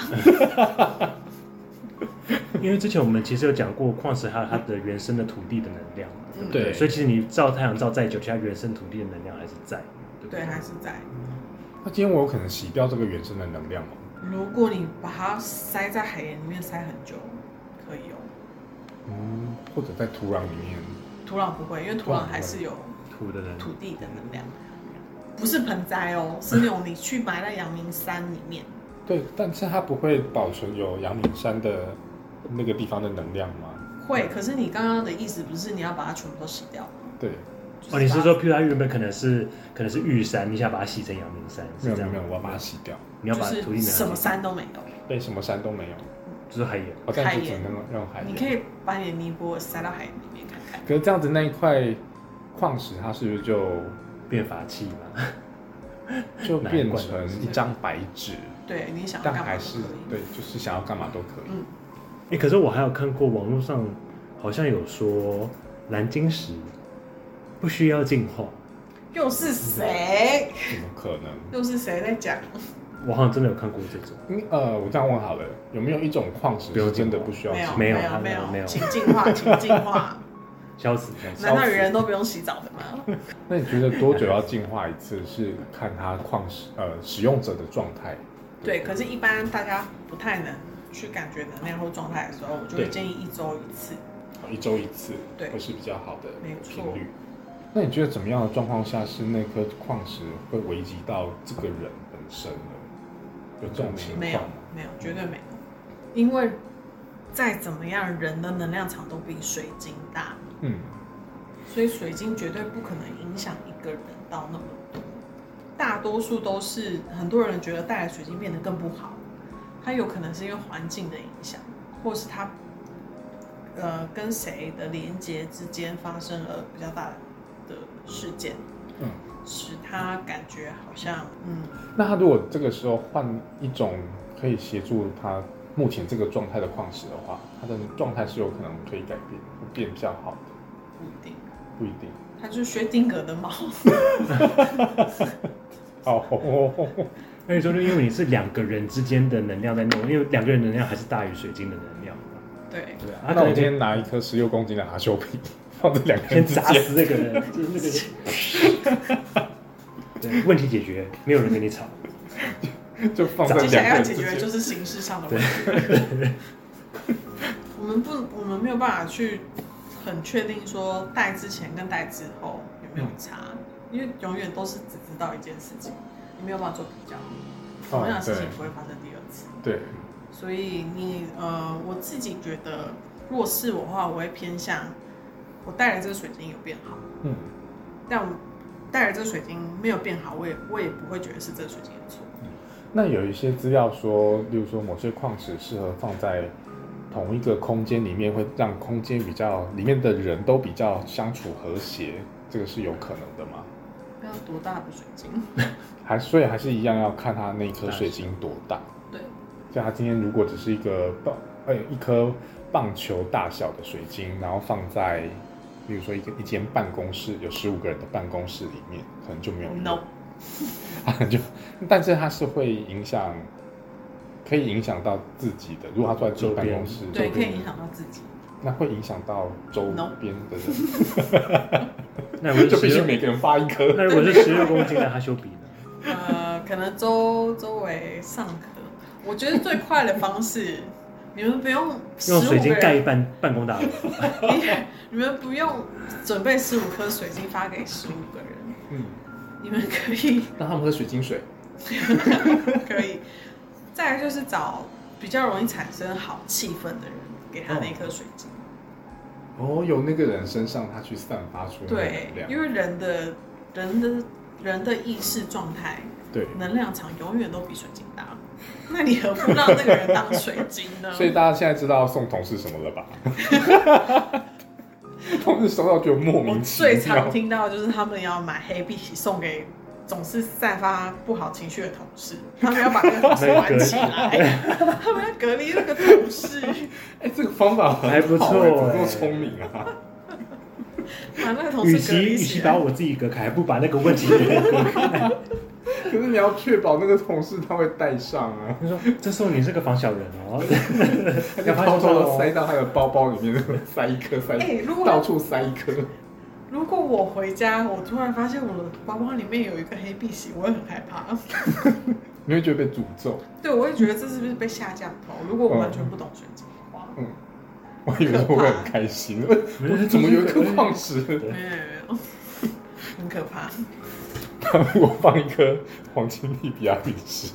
S3: 因为之前我们其实有讲过矿石还有它的原生的土地的能量嘛，
S2: 嗯
S1: 对
S3: 所以其实你照太阳照再久，其实它原生土地的能量还是在，对不
S2: 对，还是在。
S1: 那今天我有可能洗掉这个原生的能量吗？
S2: 如果你把它塞在海盐里面塞很久，可以哦。
S1: 嗯，或者在土壤里面，
S2: 土壤不会，因为土壤还是有
S3: 土的能量
S2: 土地的能量，不是盆栽哦，是那种你去埋在阳明山里面。
S1: 对，但是它不会保存有阳明山的那个地方的能量吗？
S3: 嗯
S2: 会，可是你刚刚的意思不是你要把它全部都洗掉吗？
S1: 对，
S2: 就
S3: 哦，你
S2: 把
S3: 是
S2: 它
S3: 说，譬如它原本可能是可能是玉山，你想把它洗成阳明山，
S1: 没
S3: 是
S1: 有
S3: 这
S1: 没
S3: 样
S1: 有
S3: 吗
S1: 没有，我要把它洗掉，
S3: 你要把土地能
S2: 就是
S3: 量
S2: 什么山都没有，
S1: 对，什么山都没有，哦
S3: 就是海盐，
S1: 我这样
S2: 海
S1: 子只
S2: 盐
S1: 能用海
S2: 你
S1: 盐。
S2: 可以把你的尼泊尔塞到海里面看看。
S1: 可是这样子那一块矿石，它是不是就
S3: 变法器嘛？
S1: 就
S3: 难怪
S1: 变成一张白纸？
S2: 对你想要
S1: 但
S2: 啊干嘛
S1: 还
S2: 都
S1: 是
S2: 可以。
S1: 对，就是想要干嘛都可以。
S2: 嗯，
S3: 哎、可是我还有看过网络上好像有说蓝晶石不需要净化，
S2: 又是谁？
S1: 怎么可能？
S2: 又是谁在讲？
S3: 我好像真的有看过这种，
S1: 嗯呃，我这样问好了，有没有一种矿石
S3: 不用
S1: 是真的
S3: 进化
S1: 不需要
S2: 没有
S1: 进
S3: 没有
S2: 有
S3: 他
S2: 没
S3: 没有
S2: 请进化，请进化。
S3: 消磁消磁。
S2: 难道人人都不用洗澡的吗？
S1: 那你觉得多久要净化一次？是看它矿石呃使用者的状态。
S2: 对，可是，一般大家不太能去感觉能量或状态的时候，我就会
S1: 对
S2: 建议一周一次。
S1: 一周一次，
S2: 对
S1: 会是比较好的
S2: 没
S1: 频
S2: 错
S1: 率。那你觉得怎么样的状况下是那颗矿石会危及到这个人本身呢？有这种情
S2: 没有
S1: 况吗？，
S2: 没有，绝对没有，因为再怎么样，人的能量场都比水晶大，
S1: 嗯，
S2: 所以水晶绝对不可能影响一个人到那么多。大多数都是很多人觉得带了水晶变得更不好，它有可能是因为环境的影响，或是它呃跟谁的连接之间发生了比较大的事件，
S1: 嗯，
S2: 使他感觉好像嗯
S1: 那他如果这个时候换一种可以协助他目前这个状态的矿石的话，他的状态是有可能可以改变，会变比较好的，
S2: 不一定，
S1: 不一定。
S2: 它就是薛定谔 的猫。
S1: 哦，
S3: 那你说，就因为你是两个人之间的能量在弄，因为两个人能量还是大于水晶的能量嘛，
S2: 对，
S3: 对啊，他
S1: 那
S3: 可
S1: 我
S3: 能
S1: 今
S3: 就
S1: 天拿一颗十六公斤的阿修皮 放在两个
S3: 先
S1: 人之
S3: 砸
S1: 间，
S3: 死这个人，就是那个人。 对，问题解决，没有人跟你吵。
S1: 就放在
S2: 接下
S1: 两个
S2: 来要
S1: 人
S2: 解
S1: 之
S2: 决的
S1: 间。
S2: 就是形式上的问题。 我们不，我们没有办法去很确定说戴之前跟戴之后有没有差，因为永远都是只知道一件事情，你没有办法做比较，同
S1: 哦
S2: 样的事情不会发生第二次。
S1: 对，
S2: 所以你呃，我自己觉得，如果是我的话，我会偏向我戴了这个水晶有变好，
S1: 嗯，
S2: 但我戴了这个水晶没有变好，我也我也不会觉得是这个水晶有错。
S1: 那有一些资料说，例如说某些矿石适合放在同一个空间里面，会让空间比较里面的人都比较相处和谐，这个是有可能的吗？
S2: 要多大的水晶？
S1: 还所以还是一样要看它那颗水晶多大。
S2: 对。
S1: 像它今天如果只是一个棒，呃，一颗棒球大小的水晶，然后放在，比如说一个一间办公室有十五个人的办公室里面，可能就没有用。
S2: No，
S1: 就，但是它是会影响，可以影响到自己的。如果他坐在自己办公室，
S2: 对，
S1: 周
S2: 可以
S1: 边
S2: 影响到自己。
S1: 那会影响到周
S2: No
S1: 边的人
S3: 那如果
S1: 就是必须
S3: 十六，
S1: 每个人发一颗。
S3: 那如果是十六公斤的哈修比呢？
S2: 呃，可能周周围上课，我觉得最快的方式，你们不用
S3: 用水
S2: 15
S3: 晶
S2: 个
S3: 盖
S2: 人
S3: 一半办公大楼，
S2: 你们不用准备十五颗水晶发给十五个人，
S1: 嗯，
S2: 你们可以
S1: 让他们喝水晶水。
S2: 可以。再来就是找比较容易产生好气氛的人，给他
S3: 嗯
S2: 那颗水晶。
S1: 哦，有那个人身上他去散发出那个
S2: 对
S1: 能，量。
S2: 因为人的人的人的意识状态、
S1: 对，
S2: 能量场永远都比水晶大。 那你何不让这个人当水晶呢？
S1: 所以大家现在知道送桶是什么了吧？ 同事收到就莫
S2: 我
S1: 名其
S2: 最常
S1: 妙。
S2: 听到的就是他们要买黑碧送给总是散发不好情绪的同事，他们要把那个同事关起来，他们要隔离那个同事，
S1: 哎、这个方法很好
S3: 还不错
S1: 哎怎么这么
S3: 哎
S1: 聪明啊？
S2: 把那个同事隔
S3: 与其
S2: 离
S3: 与
S2: 起
S3: 其把
S2: 来。
S3: 我自己隔开，还不把那个 问题给隔开。
S1: 可是你要确保那个同事他会带上啊，
S3: 他说：“这时候你是个防小人 哦，
S1: 他就
S3: 要
S1: 偷偷
S3: 防小
S1: 的塞
S3: 人哦。
S1: 到他的包包里面，塞一颗，塞一颗、
S2: 哎如果
S1: 到处塞一颗。
S2: 如果我回家，我突然发现我的包包里面有一个黑碧玺，我会很害怕。
S1: 你会觉得被诅咒，
S2: 对，我会觉得这是不是被下降头？如果我完
S3: 哦
S2: 全不懂水晶的话，
S1: 嗯，我以为我会很开心，
S3: 没事
S1: 怎么有一颗矿石？
S2: 没有没有没有， 很可怕。
S1: 我放一颗黄金利比亚比石，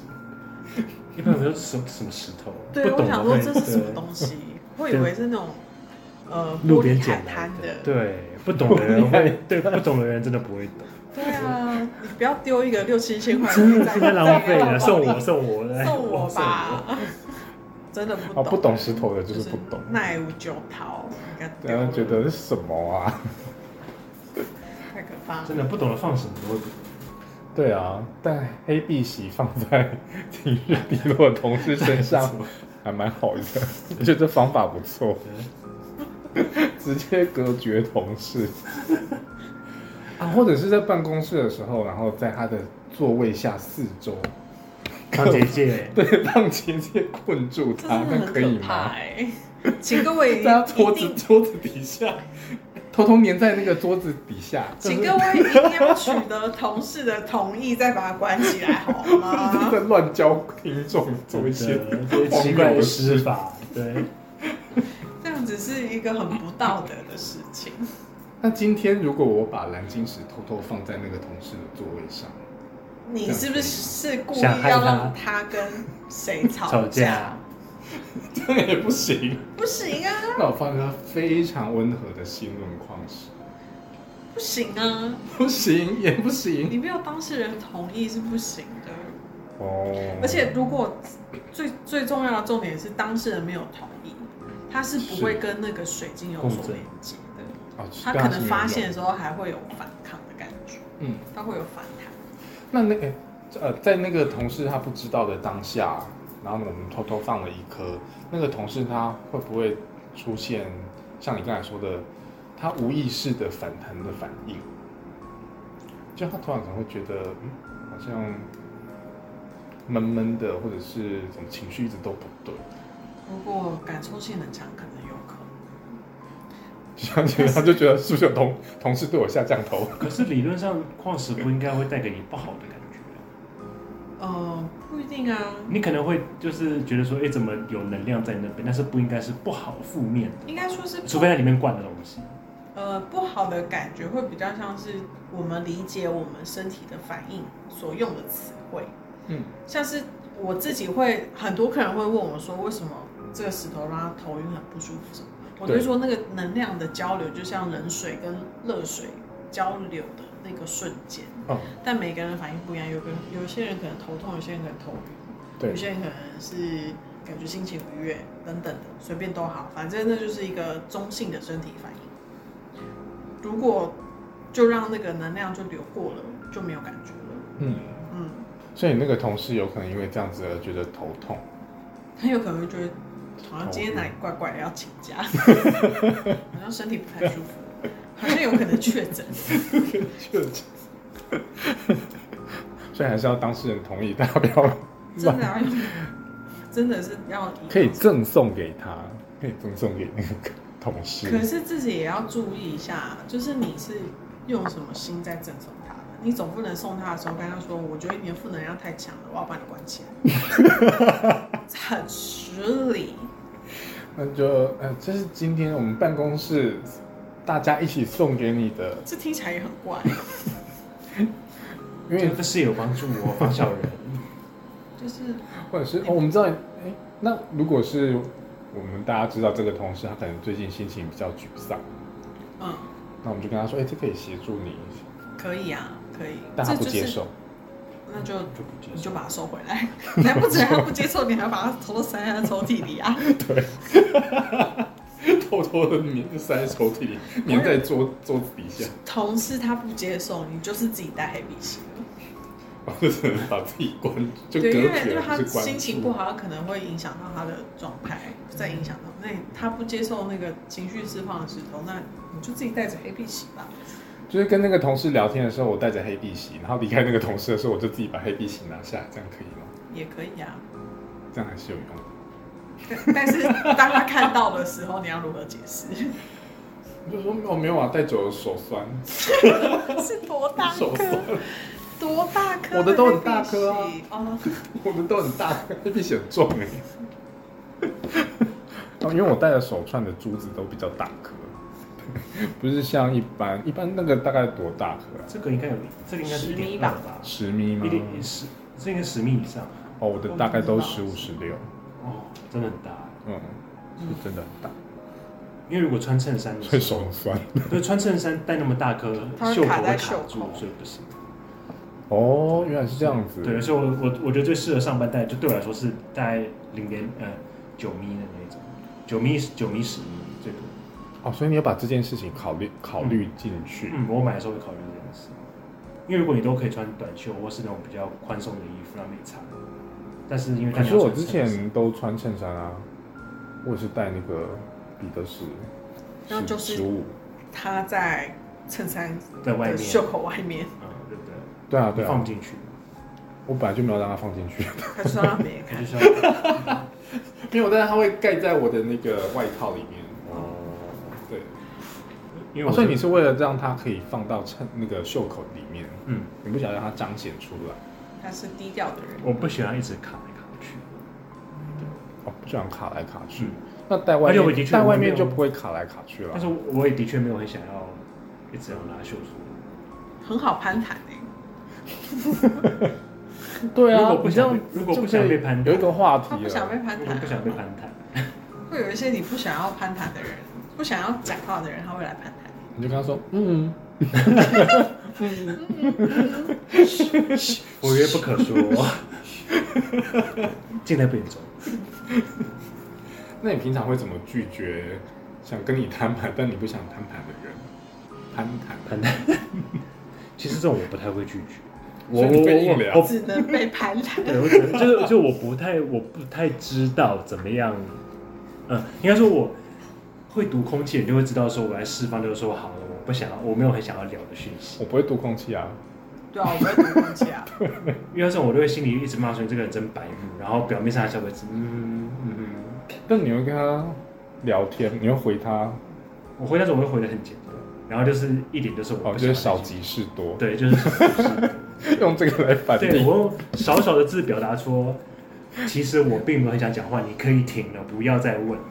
S3: 一般人说什么什么石头，
S2: 对，
S3: 不
S2: 我
S3: 懂哎
S2: 想
S3: 的
S2: 说
S3: 会
S2: 这是什么东西，我以为是那种呃
S3: 路
S2: 玻
S3: 边
S2: 璃
S3: 捡
S2: 海
S3: 来
S2: 滩
S3: 的
S2: 的，，
S3: 对，不懂的人 会，对不懂的人真的不会懂，
S2: 对啊，你不要丢一个六七千块，
S3: 真的是在浪费
S2: 在
S3: 了。送我，
S2: 送
S3: 送我，哦来
S2: 我，吧， 真的不
S1: 啊，
S2: 懂，欸
S1: 不懂石头的就是不懂，
S2: 奈无九桃，应该丢
S1: 然
S2: 了
S1: 后觉得是什么啊？
S2: 太可怕了。
S3: 真的不懂得放什么都会不懂。
S1: 对啊，但黑碧玺放在平日低落的同事身 上还蛮好的，我觉得这方法不错，直接隔绝同事啊，或者是在办公室的时候，然后在他的座位下四 周，
S3: 康姐 姐，
S1: 对，让结界困住
S2: 这
S1: 他，
S2: 真的
S1: 那
S2: 很
S1: 可以
S2: 可怕
S1: 吗？
S2: 哎！ 请各位一
S1: 在他桌子
S2: 定，
S1: 桌子底下，偷偷粘在那个桌子底下，
S2: 请各位一定要取得同事的同意，再把它关起来，好吗
S1: 在？乱教听众做一些
S3: 真的这些奇怪的施法，对，
S2: 这样子是一个很不道德的事情。
S1: 那今天如果我把蓝晶石偷偷放在那个同事的座位上，
S2: 你是不是是故意
S3: 想害他
S2: 要让他跟谁
S3: 吵
S2: 吵
S3: 架
S2: 架？
S1: 这样也不行。
S2: 不行啊，
S1: 那我放一个非常温和的心轮矿石，
S2: 不行啊，
S1: 不行也不行。
S2: 你没有当事人同意是不行的。
S1: 哦
S2: 而且如果最最重要的重点是当事人没有同意，他是不会
S1: 是
S2: 跟那个水晶有所连接的。
S1: 哦
S2: 他可能发现的，时候还会有反抗的感觉，
S1: 嗯，
S2: 他会有反弹。
S1: 那那个呃，在那个同事他不知道的当下，然后我们偷偷放了一颗，那个同事他会不会出现像你刚才说的，他无意识的反弹的反应？就他突然可能会觉得，嗯，好像闷闷的，或者是怎么情绪一直都不对，
S2: 如果感受性很强，可能有可能。
S1: 想起来他就觉得是不是有同同事对我下降头？
S3: 可是理论上矿石不应该会带给你不好的感觉啊。
S2: 呃，不一定啊，
S3: 你可能会就是觉得说，哎、怎么有能量在那边？但是不应该是不好负面的，
S2: 应该说是
S3: 除非在里面灌了东西。
S2: 呃，不好的感觉会比较像是我们理解我们身体的反应所用的词汇，
S1: 嗯，
S2: 像是我自己会很多客人会问我说，为什么这个石头让他头晕很不舒服什么？我就
S1: 对
S2: 说那个能量的交流就像冷水跟热水交流的那个瞬间，
S1: 哦，
S2: 但每个人的反应不一样，有个人有些人可能头痛，有些人可能头晕，
S1: 对
S2: 有，些人可能是感觉心情愉悦等等的，随便都好，反正那就是一个中性的身体反应。如果就让那个能量就流过了，就没有感觉了。
S1: 嗯，
S2: 嗯，
S1: 所以那个同事有可能因为这样子而觉得头痛。
S2: 很有可能会觉得好像今天哪里怪怪的，要请 假，好像身体不太舒服，好像有可能确诊。
S1: 确诊。所以还是要当事人同意，大家不要
S2: 真的要用，真的是要以
S1: 可以赠送给他，可以赠送给那个同事。
S2: 可是自己也要注意一下，就是你是用什么心在赠送他的，你总不能送他的时候跟他说，我觉得你的负能量太强了，我要把你关起 来，很失礼。
S1: 那就呃，这是今天我们办公室大家一起送给你的，
S2: 这听起来也很怪，
S1: 因为
S3: 这个是有帮助我方小人。
S2: 就是
S1: 或者是哦，我们知道，哎，那如果是我们大家知道这个同事，他可能最近心情比较沮丧，
S2: 嗯，
S1: 那我们就跟他说，哎，这可以协助你，
S2: 可以啊，可以，
S1: 但他
S2: 这
S1: 不
S2: 就
S1: 接
S2: 是
S1: 受，
S2: 那就
S3: 就不接
S2: 你
S3: 受
S2: 就把它收回来， 你还不止还不接受，你还把它偷偷塞在抽屉里啊！
S1: 偷偷的粘塞在抽屉里，粘在桌桌子底下，
S2: 同事他不接受，你就是自己带黑笔芯。
S1: 然后只能把自己关，就隔
S2: 对，因为因
S1: 绝
S2: 为
S1: 了，
S2: 他
S1: 就是关
S2: 心情不
S1: 住。
S2: 好，可能会影响到他的状态，再影响到那他不接受那个情绪释放的石头，那你就自己带着黑笔洗吧。
S1: 就是跟那个同事聊天的时候，我带着黑碧玺，然后离开那个同事的时候，我就自己把黑碧玺拿下来，这样可以吗？
S2: 也可以啊，
S1: 这样还是有用的。
S2: 但但是当他看到的时候，你要如何解释？
S1: 我就说哦，没有啊，带久了手酸，
S2: 是多大
S1: 手酸
S2: 颗？， 多大颗？
S1: 我的都很大颗啊
S2: 哦，
S1: 我们都很大，黑碧玺很重 哎。哦，因为我戴的手串的珠子都比较大颗，不是像一般一般那个大概多大颗啊？
S3: 这个应该有，这个应该是
S2: 十米
S3: 1.2
S2: 吧
S3: 吧，
S1: 十米吗
S3: 一？定十，这应该十米以上。
S1: 哦，我的大概都十五十六，
S3: 哦，真的很大欸。
S1: 嗯，是真的很大，
S3: 因为如果穿衬衫的
S1: 所以
S3: 时
S1: 手
S3: 候，
S1: 很酸。
S3: 对，穿衬衫戴那么大颗，
S2: 它会
S3: 袖口
S2: 卡在
S3: 会
S2: 袖
S3: 卡住
S2: 口，
S3: 所以不行。
S1: 哦，原来是这样子。
S3: 对，所以我我我觉得最适合上班戴，就对我来说是大概零点呃九米的那一种，九米九米十米最多。
S1: 哦，所以你要把这件事情考虑考虑进去。
S3: 嗯， 我买的时候会考虑这件事，因为如果你都可以穿短袖或是那种比较宽松的衣服，那没差。但是因为
S1: 嗯可
S3: 它你
S1: 是
S3: 要
S1: 我
S3: 穿
S1: 之
S3: 衬衫
S1: 前都穿衬衫啊，我也是戴那个彼得氏，
S2: 那就是
S1: 十五。
S2: 他在衬衫
S3: 在外
S2: 的
S3: 面，
S2: 袖口外面，
S3: 嗯，对不对？
S1: 对啊，对
S3: 放
S1: 啊
S3: 不，进去，
S1: 我本来就没有让它放进 去，
S2: 他就让别人
S3: 它
S2: 看
S3: 就。是要
S1: 没有，但是它会盖在我的那个外套里面。
S3: 哦，
S1: 对，
S3: 因为我
S1: 哦所以你是为了让它可以放到衬那个袖口里面，
S3: 嗯，
S1: 你不想让它彰显出来。
S2: 他是低调的人，
S3: 我不喜欢一直卡来卡去，
S1: 哦，不想卡来卡去。
S3: 嗯
S1: 那戴外
S3: 而且我的
S1: 面，
S3: 确
S1: 戴
S3: 我
S1: 外
S3: 没
S1: 面
S3: 有
S1: 就不会卡来卡去了。
S3: 但是我也的确没有很想要一直要拉袖子。
S2: 很好攀谈哎、
S1: 对
S3: 如
S1: 啊
S3: 果，不
S1: 你这
S3: 想
S1: 样
S3: 被如果
S1: 就
S3: 不
S1: 可
S3: 想
S1: 以
S3: 被攀谈
S1: 有一个话题
S2: 他不想
S1: 了。
S2: 被攀
S3: 如果
S2: 谈，啊哦
S3: 不想被攀 谈，
S2: 会有一些你不想要攀谈的人，不想要讲话的人，他会来攀谈。
S1: 你就跟他说，嗯，
S3: 我约不可说， 尽量不严重。
S1: 那你平常会怎么拒绝想跟你摊牌但你不想摊牌的人？摊谈，
S3: 攀谈， 其实这种我不太会拒绝，我
S1: 所以你被硬
S3: 我
S1: 聊
S3: 我我
S2: 只能被攀谈。
S3: 对，我只能就是就我不太我不太知道怎么样，嗯，应该说我会读空气，你就会知道说我来释放，就是说好了，我不想要，我没有很想要聊的讯息，
S1: 我不会读空气啊。
S2: 对 啊，我不会读空气啊。
S3: 因为这种我就会心里一直骂说你这个人真白目，然后表面上还是会嗯嗯嗯，
S1: 但你会跟他聊天，你会回他，
S3: 我回那种我会回的很简单，然后就是一点就是我
S1: 哦，
S3: 不
S1: 就
S3: 想
S1: 是
S3: 要
S1: 少
S3: 再见
S1: 即是多，
S3: 对，就是少即是多
S1: 用这个来反
S3: 对
S1: 应。
S3: 我用少少的字表达说，其实我并没有很想讲话，你可以停了，不要再问了。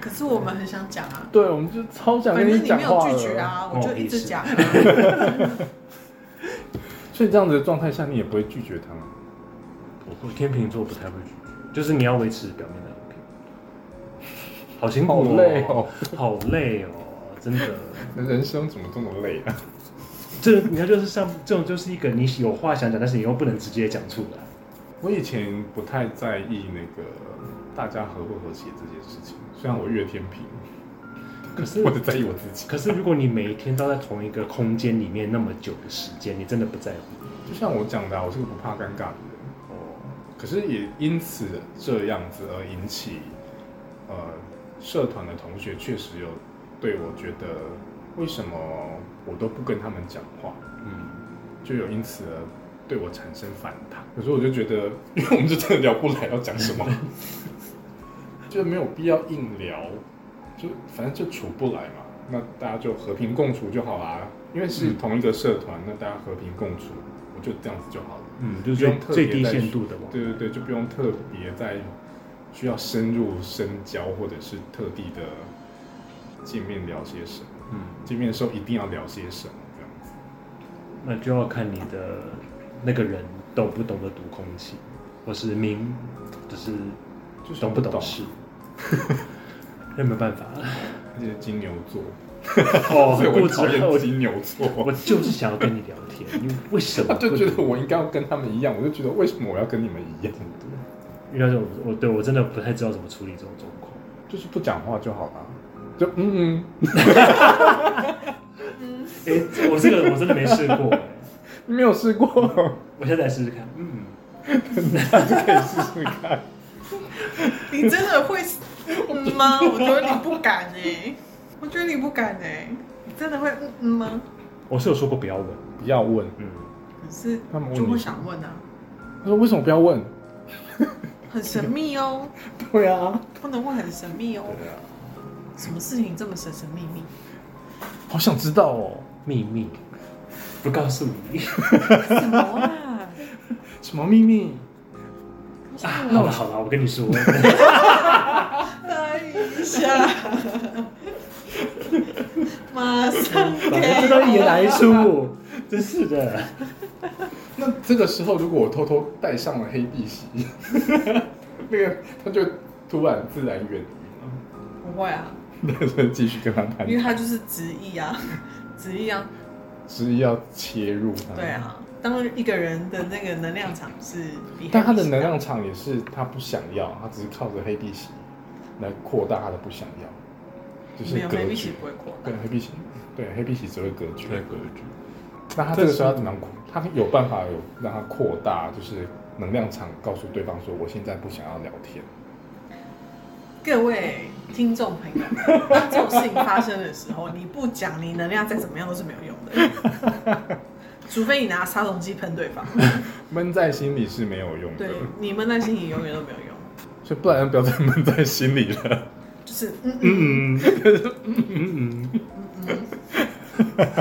S2: 可是我们很想讲啊，
S1: 对，我们就超想
S2: 反
S1: 跟
S2: 正你
S1: 讲
S2: 没有
S1: 话
S2: 拒
S1: 了。
S2: 绝啊，我就一直讲、啊。
S1: 所以这样子的状态下，你也不会拒绝他吗？
S3: 我天秤座不太会拒绝，就是你要维持表面的和平。好辛苦、
S1: 好累哦，
S3: 好累哦，真的。
S1: 人生怎么这么累啊？
S3: 这你看，就是像这种，就是一个你有话想讲，但是你又不能直接讲出来。
S1: 我以前不太在意那个大家和不和谐这件事情，虽然我越天平，
S3: 可是
S1: 我只在意我自己。
S3: 可是如果你每一天都在同一个空间里面那么久的时间，你真的不在乎。
S1: 就像我讲的啊、我是个不怕尴尬的人。
S3: 哦，
S1: 可是也因此这样子而引起，呃，社团的同学确实有对我觉得，为什么我都不跟他们讲话，
S3: 嗯，
S1: 就有因此而对我产生反弹。可是我就觉得，因为我们就真的聊不来，要讲什么，就没有必要硬聊。就反正就处不来嘛，那大家就和平共处就好啦。因为是同一个社团，那大家和平共处，我就这样子就好了。
S3: 嗯，
S1: 不
S3: 就是最
S1: 用特
S3: 最
S1: 别
S3: 低
S1: 再
S3: 限
S1: 去
S3: 度的往
S1: 对对对，就不用特别再需要深入深交，或者是特地的见面聊些什么。
S3: 嗯，
S1: 见面的时候一定要聊些什么，这样子。
S3: 那就要看你的那个人懂不懂得读空气，或是明，就是
S1: 就是
S3: 懂不懂
S1: 懂？
S3: 事。 那没办 法，
S1: 而且金牛座，
S3: 哦，
S1: 所以我
S3: 很固
S1: 很
S3: 执
S1: 讨
S3: 我
S1: 厌金牛 座。
S3: 我就是想要跟你聊天，你为什么
S1: 他啊就
S3: 不
S1: 觉
S3: 理
S1: 得我应该要跟他们一样，我就觉得为什么我要跟你们一样？
S3: 遇到这种，我对我真的不太知道怎么处理这种状 况。
S1: 就是不讲话就好了，就嗯嗯，
S2: 嗯
S3: 哎、我这个我真的没试过，
S1: 你没有试 过，
S3: 我现在来试试看。嗯，
S1: 可以试试看。
S2: 你真的会嗯吗？我觉得你不敢哎、我觉得你不敢哎、你真的会嗯嗯吗？
S3: 我是有说过不要问。
S1: 不要问，
S3: 嗯，
S2: 可是
S1: 他们问你
S2: 就会想问啊，
S1: 他说为什么不要问？
S2: 很神秘哦，
S1: 对啊，
S2: 不能问很神秘哦。
S1: 对啊，
S2: 什么事情这么神神秘秘？
S1: 好想知道哦，
S3: 秘密不告诉 你。
S2: 什么啊？
S1: 什么秘密？
S3: 啊好了好了，我跟你 说，
S2: 待一 下，马上
S3: 反正这
S2: 给
S3: 都一言来出，真是的。
S1: 那这个时候，如果我偷偷带上了黑碧玺， 那个他就突然自然远离
S2: 不会啊，
S1: 了，那就继续跟他谈
S2: 因为，他就是执意 啊，执意啊，
S1: 执意要切入他。
S2: 对，啊。当一个人的那个能量场是比，
S1: 但他的能量场也是他不想要，他只是靠着黑碧玺来扩大他的不想要，就是
S2: 没有
S1: 隔
S2: 黑碧
S1: 绝
S2: 玺。不会扩大
S1: 对，黑碧玺，对黑碧玺只会隔绝。
S4: 对格局，
S1: 那他这个时候要怎么样扩？他有办法有让他扩大，就是能量场，告诉对方说我现在不想要聊天。
S2: 各位听众朋友， 当这种事情发生的时候，你不讲，你能量再怎么样都是没有用的， 除非你拿杀虫剂喷对方。
S1: 闷在心里是没有用的
S2: 对，，你闷在心里永远都没有用，
S1: 所以不然不要再闷在心里了。
S2: 就是嗯嗯
S3: 嗯嗯嗯嗯。
S2: 嗯嗯，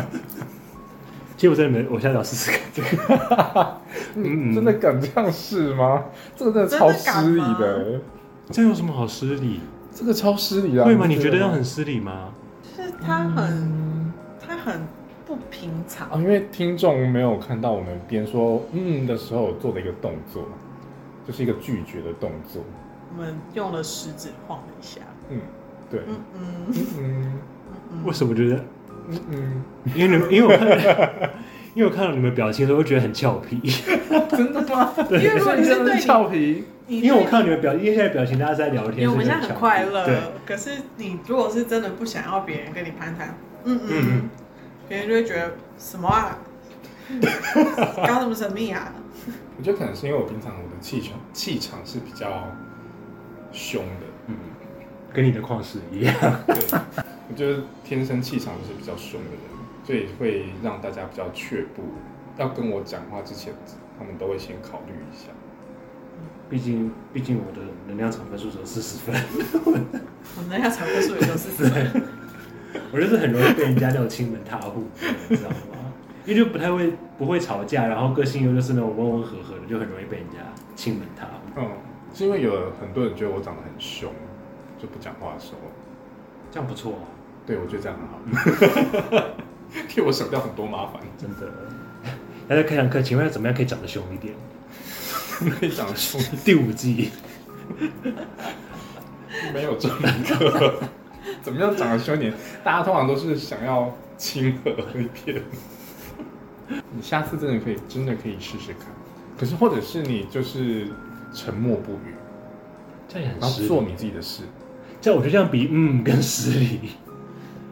S3: 其实我真的没，我现在要试试看。嗯
S1: 你真的敢这样试吗？这个真的超失礼
S2: 真的
S1: 的、
S3: 这样有什么好失礼？
S1: 这个超失礼啊！
S3: 会吗？你觉得要
S1: 要
S3: 很失礼吗？
S2: 就是他很他很不平常
S1: 嗯啊？，因为听众没有看到我们边说嗯的时候做的一个动作，就是一个拒绝的动作。
S2: 我们用了食指晃了一下，
S1: 嗯，对，
S2: 嗯嗯
S1: 嗯
S3: 为什么觉得？
S1: 嗯嗯嗯
S3: 因为你们，因为我看， 因为我看到你们表情的时候，我觉得很俏皮。
S1: 嗯
S2: 真的吗？ 因为如果你是对
S1: 俏皮，
S2: 你，
S3: 因为我看到你们表，因为现在表情大家在聊
S2: 因为
S3: 天，
S2: 我们
S3: 所
S2: 现在
S3: 以
S2: 很
S3: 俏皮
S2: 快
S3: 对，
S2: 乐，可是你如果是真的不想要别人跟你攀谈，嗯嗯
S3: 嗯嗯
S2: 嗯，别人就会觉得什么啊，搞什么神秘啊？
S1: 我觉得可能是因为我平常我的气场气场是比较凶的，
S3: 嗯，跟你的旷世一样。
S1: 对，我就是天生气场就是比较凶的人，所以会让大家比较却步。要跟我讲话之前，他们都会先考虑一下。
S3: 毕竟，毕竟我的能量场分数只有四十分，
S2: 我们要才会说有是什么？
S3: 我就是很容易被人家那种亲门踏户，你知道吗？因为就不太会不会吵架，然后个性又就是那种温温和和的，就很容易被人家亲门踏户。
S1: 嗯，是因为有很多人觉得我长得很凶，就不讲话的时候，
S3: 这样不错啊，
S1: 对我觉得这样很好， 替我省掉很多麻烦。
S3: 真 的。大家开堂课，请问要怎么样可以长得凶一点？
S1: 可以讲凶，
S3: 第五季，
S1: 没有这么一个。怎么样长得凶一点？大家通常都是想要亲和一点。你下次真的可以，真的可以试试看。可是，或者是你就是沉默不语，
S3: 这样也
S1: 然
S3: 很
S1: 后
S3: 失礼
S1: 做你自己的事，
S3: 这样我觉得这样比嗯更失礼。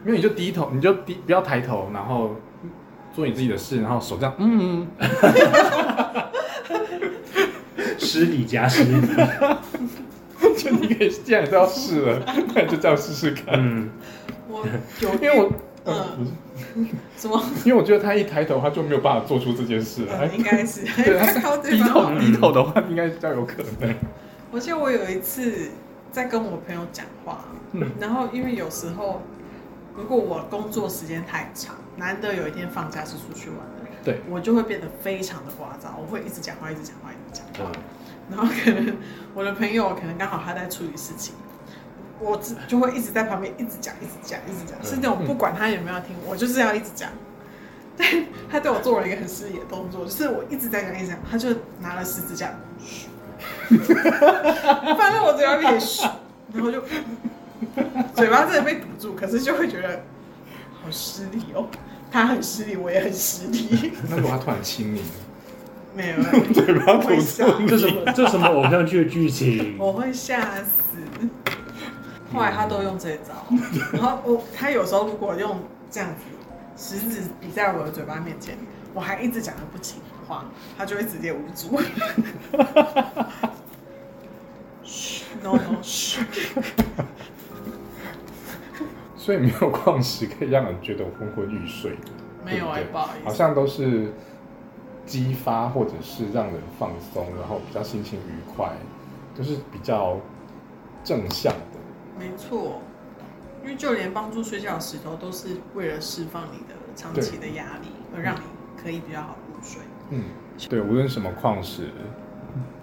S1: 没有你就低头，你就低不要抬头，然后做你自己的事，然后手这样，嗯，
S3: 失礼加失礼，
S1: 就你可以既然都要试了，那你就这样试试看。
S3: 嗯，
S2: 我有
S1: 因为我，
S2: 嗯
S1: 嗯，
S2: 什么？
S1: 因为我觉得他一抬头，他就没有办法做出这件事来
S2: 嗯。应该是
S1: 对，
S2: 看
S1: 他
S2: 到对
S1: 低头
S2: 方。
S1: 低头的话，应该比较有可能。
S2: 我记得我有一次在跟我朋友讲话，
S1: 嗯
S2: 然后因为有时候如果我工作时间太长，难得有一天放假是出去玩的，
S1: 对，
S2: 我就会变得非常的聒噪，我会一直讲话，一直讲话，一直讲话
S1: 嗯。
S2: 然后可能我的朋友可能刚好他在处理事情，我只就会一直在旁边一直讲，一直讲，一直讲，
S3: 嗯
S2: 是那种不管他有没有听，我就是要一直讲。 但他对我做了一个很失礼的动作，就是我一直在讲，一直讲，他就拿了十字架，嘘放在我嘴巴里，嘘然后就嘴巴真的被堵住，可是就会觉得好失礼哦。他很失礼，我也很失礼，
S1: 那如果他突然亲你，
S2: 没 有，嘴
S1: 巴堵住
S2: 会吓，
S3: 这什么这什么偶像剧的剧情？
S2: 我会吓死。后来他都用这一招，然后我他有时候如果用这样子食指比在我的嘴巴面前，我还一直讲的不清的话，他就会直接捂 住。嘘，no no，嘘，
S1: 所以没有 矿石可以让人觉得昏昏欲睡的，
S2: 没有哎、
S1: 对不对
S2: 不好
S1: 好
S2: 意思，
S1: 像都是激发或者是让人放松，然后比较心情愉快，就是比较正向的。
S2: 没错，因为就连帮助睡觉的石头都是为了释放你的长期的压力，而让你可以比较好入睡。
S1: 嗯，对，无论什么矿石，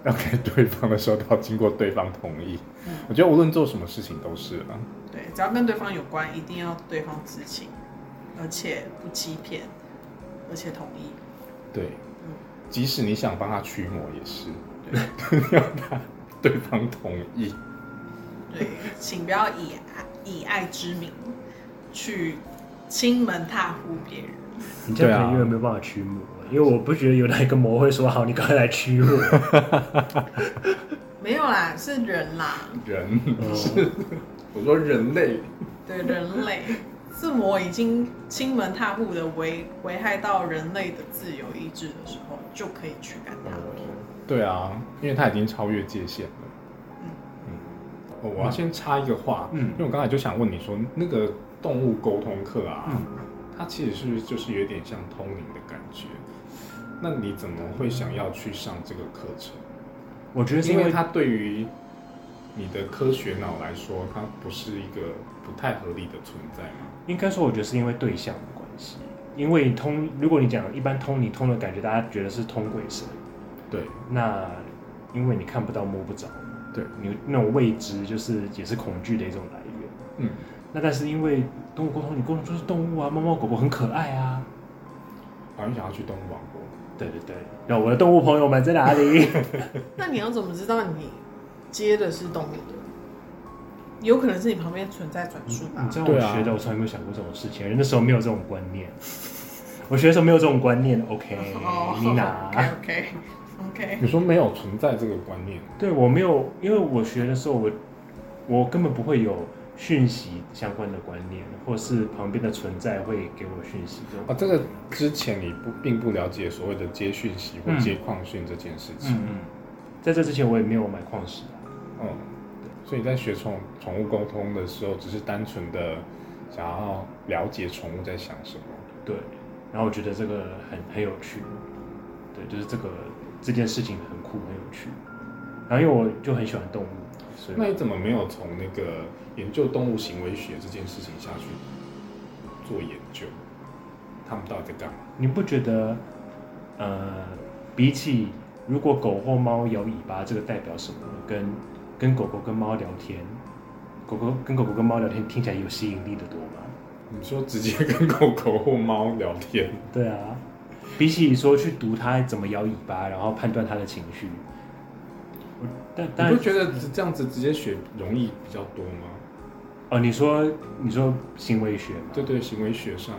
S1: 要给对方的时候都要经过对方同意。
S2: 嗯
S1: 我觉得无论做什么事情都是啊。
S2: 对，只要跟对方有关，一定要对方知情，而且不欺骗，而且同意。
S1: 对
S2: 嗯，
S1: 即使你想帮他驱魔也是，
S2: 对
S1: 要他对方同意。
S2: 对，请不要以爱以爱之名去亲门踏户别人。
S3: 你这
S1: 对啊
S3: 样朋友有没有办法驱魔？因为我不觉得有哪一个魔会说好，你赶快来驱我。
S2: 没有啦，是人啦，
S1: 人，
S3: 嗯
S1: 我说人类，
S2: 对人类， 自魔已经亲门踏户的危危害到人类的自由意志的时候，就可以驱赶
S1: 嗯
S2: 它。
S1: 对啊，因为他已经超越界限了。
S2: 嗯
S1: 嗯，哦我要先插一个话，
S3: 嗯
S1: 因为我刚才就想问你说，那个动物沟通课啊，
S3: 嗯
S1: 它其实是就是有点像通灵的感觉。那你怎么会想要去上这个课程？
S3: 我觉得是
S1: 因
S3: 因
S1: 为
S3: 为
S1: 它对于你的科学脑来说，它不是一个不太合理的存在嘛。
S3: 应该说，我觉得是因为对象的关系。因为通，如果你讲一般通你通的感觉，大家觉得是通鬼神，
S1: 对
S3: 那因为你看不到摸不着，
S1: 对，
S3: 你那种未知就是也是恐惧的一种来源。
S1: 嗯，
S3: 那但是因为动物沟通，你沟通就是动物啊，猫猫狗狗很可爱啊。
S1: 好像想要去动物王国。
S3: 对对对，然后我的动物朋友们在哪里？
S2: 那你要怎么知道你接的是动物的？有可能是你旁边存在转述吧
S3: 你。知道
S1: 对
S3: 我
S1: 啊
S3: 学的，我从来没有想过这种事情，那时候没有这种观念。我学的时候没有这种观念，OK，你 嗯
S2: 哦
S3: 拿。
S2: OK OK，
S1: 你说没有存在这个观念，啊
S3: 对我没有，因为我学的时候，我我根本不会有讯息相关的观念，或是旁边的存在会给我讯息这种。
S1: 啊，这个之前你不并不了解所谓的接讯息或
S3: 嗯
S1: 接矿讯这件事
S3: 嗯
S1: 情，
S3: 嗯，在这之前我也没有买矿石啊、
S1: 嗯，所以你在学宠宠物沟通的时候，只是单纯的想要了解宠物在想什么，
S3: 对，然后我觉得这个很很有趣，对，就是这个这件事情很酷很有趣。然后因为我就很喜欢动物，所以
S1: 那你怎么没有从那个研究动物行为学这件事情下去做研究？他们到底在干嘛？
S3: 你不觉得，呃，比起如果狗或猫摇尾巴，这个代表什么？跟跟狗狗跟猫聊天，狗狗跟狗狗跟猫聊天听起来有吸引力的多吗？
S1: 你说直接跟狗狗或猫聊天，
S3: 对啊，比起说去读它怎么摇尾巴，然后判断它的情绪，我但
S1: 你
S3: 但
S1: 不觉得这样子直接学容易比较多吗？
S3: 哦，你说你说行为学嘛？
S1: 对对，行为学上，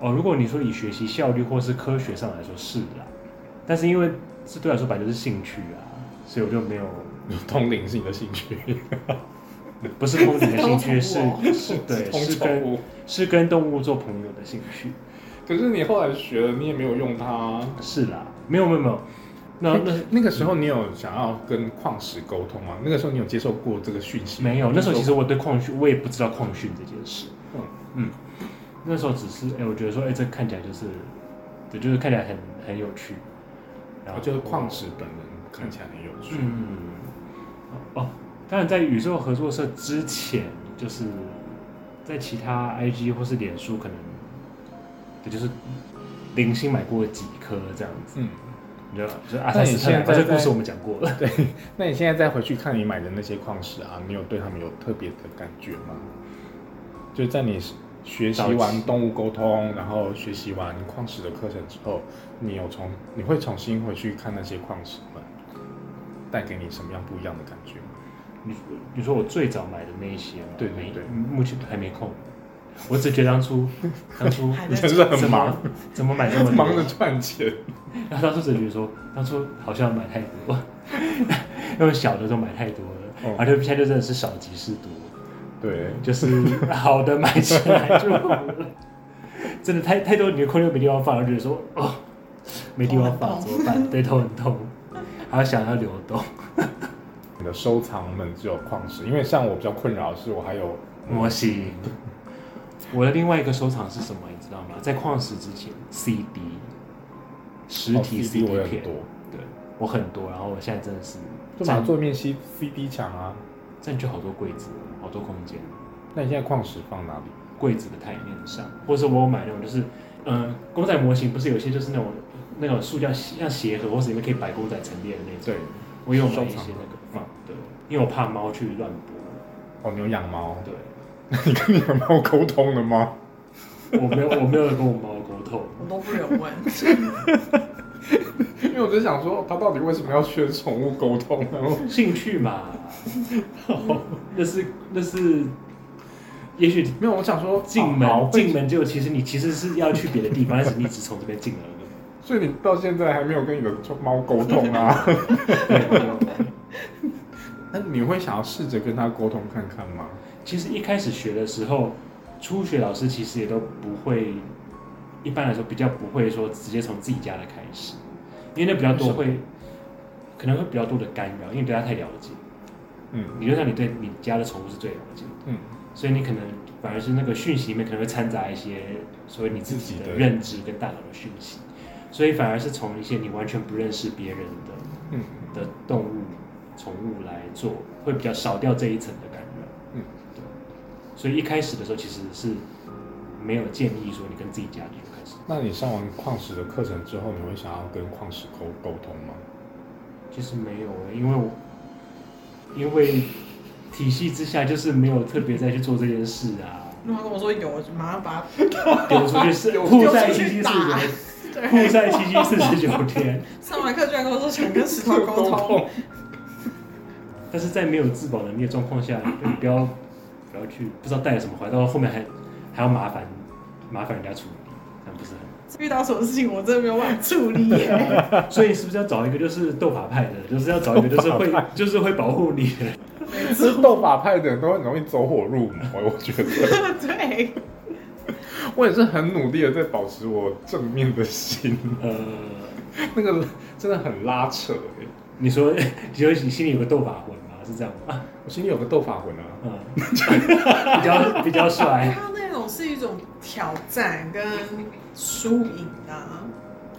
S3: 哦，如果你说以学习效率或是科学上来说是啦，但是因为这对我来说本来就是兴趣啊，所以我就没有
S1: 通灵是你的兴趣。
S3: 不 是通灵的兴趣，
S2: 是
S3: 是哦
S2: 通宠物
S3: 是 对，
S1: 通
S3: 是
S1: 宠
S3: 跟
S1: 物。
S3: 是跟动物做朋友的兴趣。
S1: 可是你后来学了，你也没有用它啊、
S3: 是啦，没有没有没有，那 那
S1: 那个时候你有想要跟矿石沟通吗？那个时候你有接受过这个讯息吗？
S3: 没有，那时候其实我对矿训我也不知道矿训这件事。
S1: 嗯
S3: 嗯嗯，那时候只是哎、我觉得说哎、这看起来就是，对，就是看起来很很有趣。然
S1: 然后
S3: 后
S1: 就是矿石本人看起来很有趣。
S3: 嗯嗯，哦，当然，在宇宙合作社之前，就是在其他 IG 或是脸书，可能也就是零星买过几颗这样子，
S1: 嗯，
S3: 你知道吗？就是阿
S1: 那
S3: 塞
S1: 你
S3: 斯特
S1: 现
S3: 兰，啊这
S1: 在
S3: 故事
S1: 在
S3: 我们讲过了。
S1: 对。那你现在再回去看你买的那些矿石啊，你有对他们有特别的感觉吗？就在你学习
S3: 早期
S1: 完动物沟通，然后学习完矿石的课程之后，你有重你会重新回去看那些矿石吗？带给你什么样不一样的感觉吗？
S3: 你你说我最早买的那一些吗？
S1: 对对
S3: 没
S1: 对
S3: 目前还没空。我只觉得当初 当初
S2: 还
S1: 真是很
S3: 怎么
S1: 忙，
S3: 怎么买这么 多
S1: 忙着赚钱。
S3: 然后当初只觉得说，当初好像买太多， 因为小的都买太多了
S1: 哦，
S3: 而且现在就真的是少即是多，
S1: 对，
S3: 就是好的买起来就好了。真的太太多，你的空间没地方放，然后觉得说哦，没地方放
S2: 头很痛
S3: 怎么办？对，头很痛，还要想要流动。
S1: 你的收藏们只有矿石，因为像我比较困扰的是，我还有
S3: 模型。我的另外一个收藏是什么，你知道吗？在矿石之前，CD 实体
S1: 哦 CD 我也很
S3: 片，
S1: 多，
S3: 对我很多。然后我现在真的是
S1: 就把它做面 C CD 墙啊。
S3: 占据好多柜子，好多空间，
S1: 那你现在矿石放哪里？
S3: 柜子的台面上，或是我有买那种就是，嗯、公仔模型不是有些就是那种那种塑胶像鞋盒，或是里面可以摆公仔陈列的那种。
S1: 对，
S3: 我也有买
S1: 收
S3: 一
S1: 藏
S3: 些
S1: 的
S3: 那个放，对，因为我怕猫去乱拨，
S1: 哦，你有养猫？
S3: 对，
S1: 那你跟你的猫沟通了吗？
S3: 我没有我没有跟我猫沟通。
S2: 我都不忍问。
S1: 因为我就想说，它到底为什么要学宠物沟通 呢？
S3: 兴趣嘛， 那是那是，也许
S1: 没有，我想说
S3: 进
S1: 好
S3: 门
S1: 会
S3: 进门就其实你其实是要去别的地方，但是你只从这边进而
S1: 所以你到现在还没有跟你的猫沟通啊？
S3: 已。
S1: 那你会想要试着跟它沟通看看吗？
S3: 其实一开始学的时候，初学老师其实也都不会，一般来说比较不会说直接从自己家的开始，因为那比较多会，可能会比较多的干扰，因为对他太了解。
S1: 嗯
S3: 理论上你对你家的宠物是最了解的。
S1: 嗯，
S3: 所以你可能反而是那个讯息里面可能会掺杂一些所谓你自己
S1: 自己
S3: 的
S1: 的
S3: 认知跟大脑的讯息，所以反而是从一些你完全不认识别人的
S1: 嗯
S3: 的动物、宠物来做，会比较少掉这一层的干扰。
S1: 嗯，
S3: 对。所以一开始的时候其实是没有建议说你跟自己家里就开始，
S1: 那你上完矿石的课程之后，你会想要跟矿石沟沟通吗？
S3: 其实没有欸因为我因为体系之下就是没有特别再去做这件事 啊。
S2: 如果他跟我说有，我就马上把
S3: 丢出去是
S2: 丢
S3: 酷赛
S2: 出
S3: 七
S2: 去
S3: 七四
S2: 打
S3: 九
S2: 它
S3: 酷
S2: 对。
S3: 赛七七四十九天，
S2: 上完课居然跟我说想跟石头 沟通，
S3: 但是在没有自保能力的状况下，就不要不要去不知道带了什么回来，到后面还还要麻烦麻烦人家处理，那不是很？
S2: 遇到什么事情我真的没有办法处理耶。
S3: 所以是不是要找一个就是斗法派的， 就是要找一个就是
S1: 斗法
S3: 会就是会保护你的？
S1: 其实斗法派的人都很容易走火入魔，我觉得。
S2: 对，
S1: 我也是很努力的在保持我正面的心，
S3: 呃，
S1: 那个真的很拉扯欸
S3: 你说 你说你心里有个斗法魂吗？是这样吗？
S1: 我心里有个斗法魂啊，
S3: 嗯，比较比较
S1: 哎
S3: 帅，
S2: 他那种是一种挑战跟输赢啊，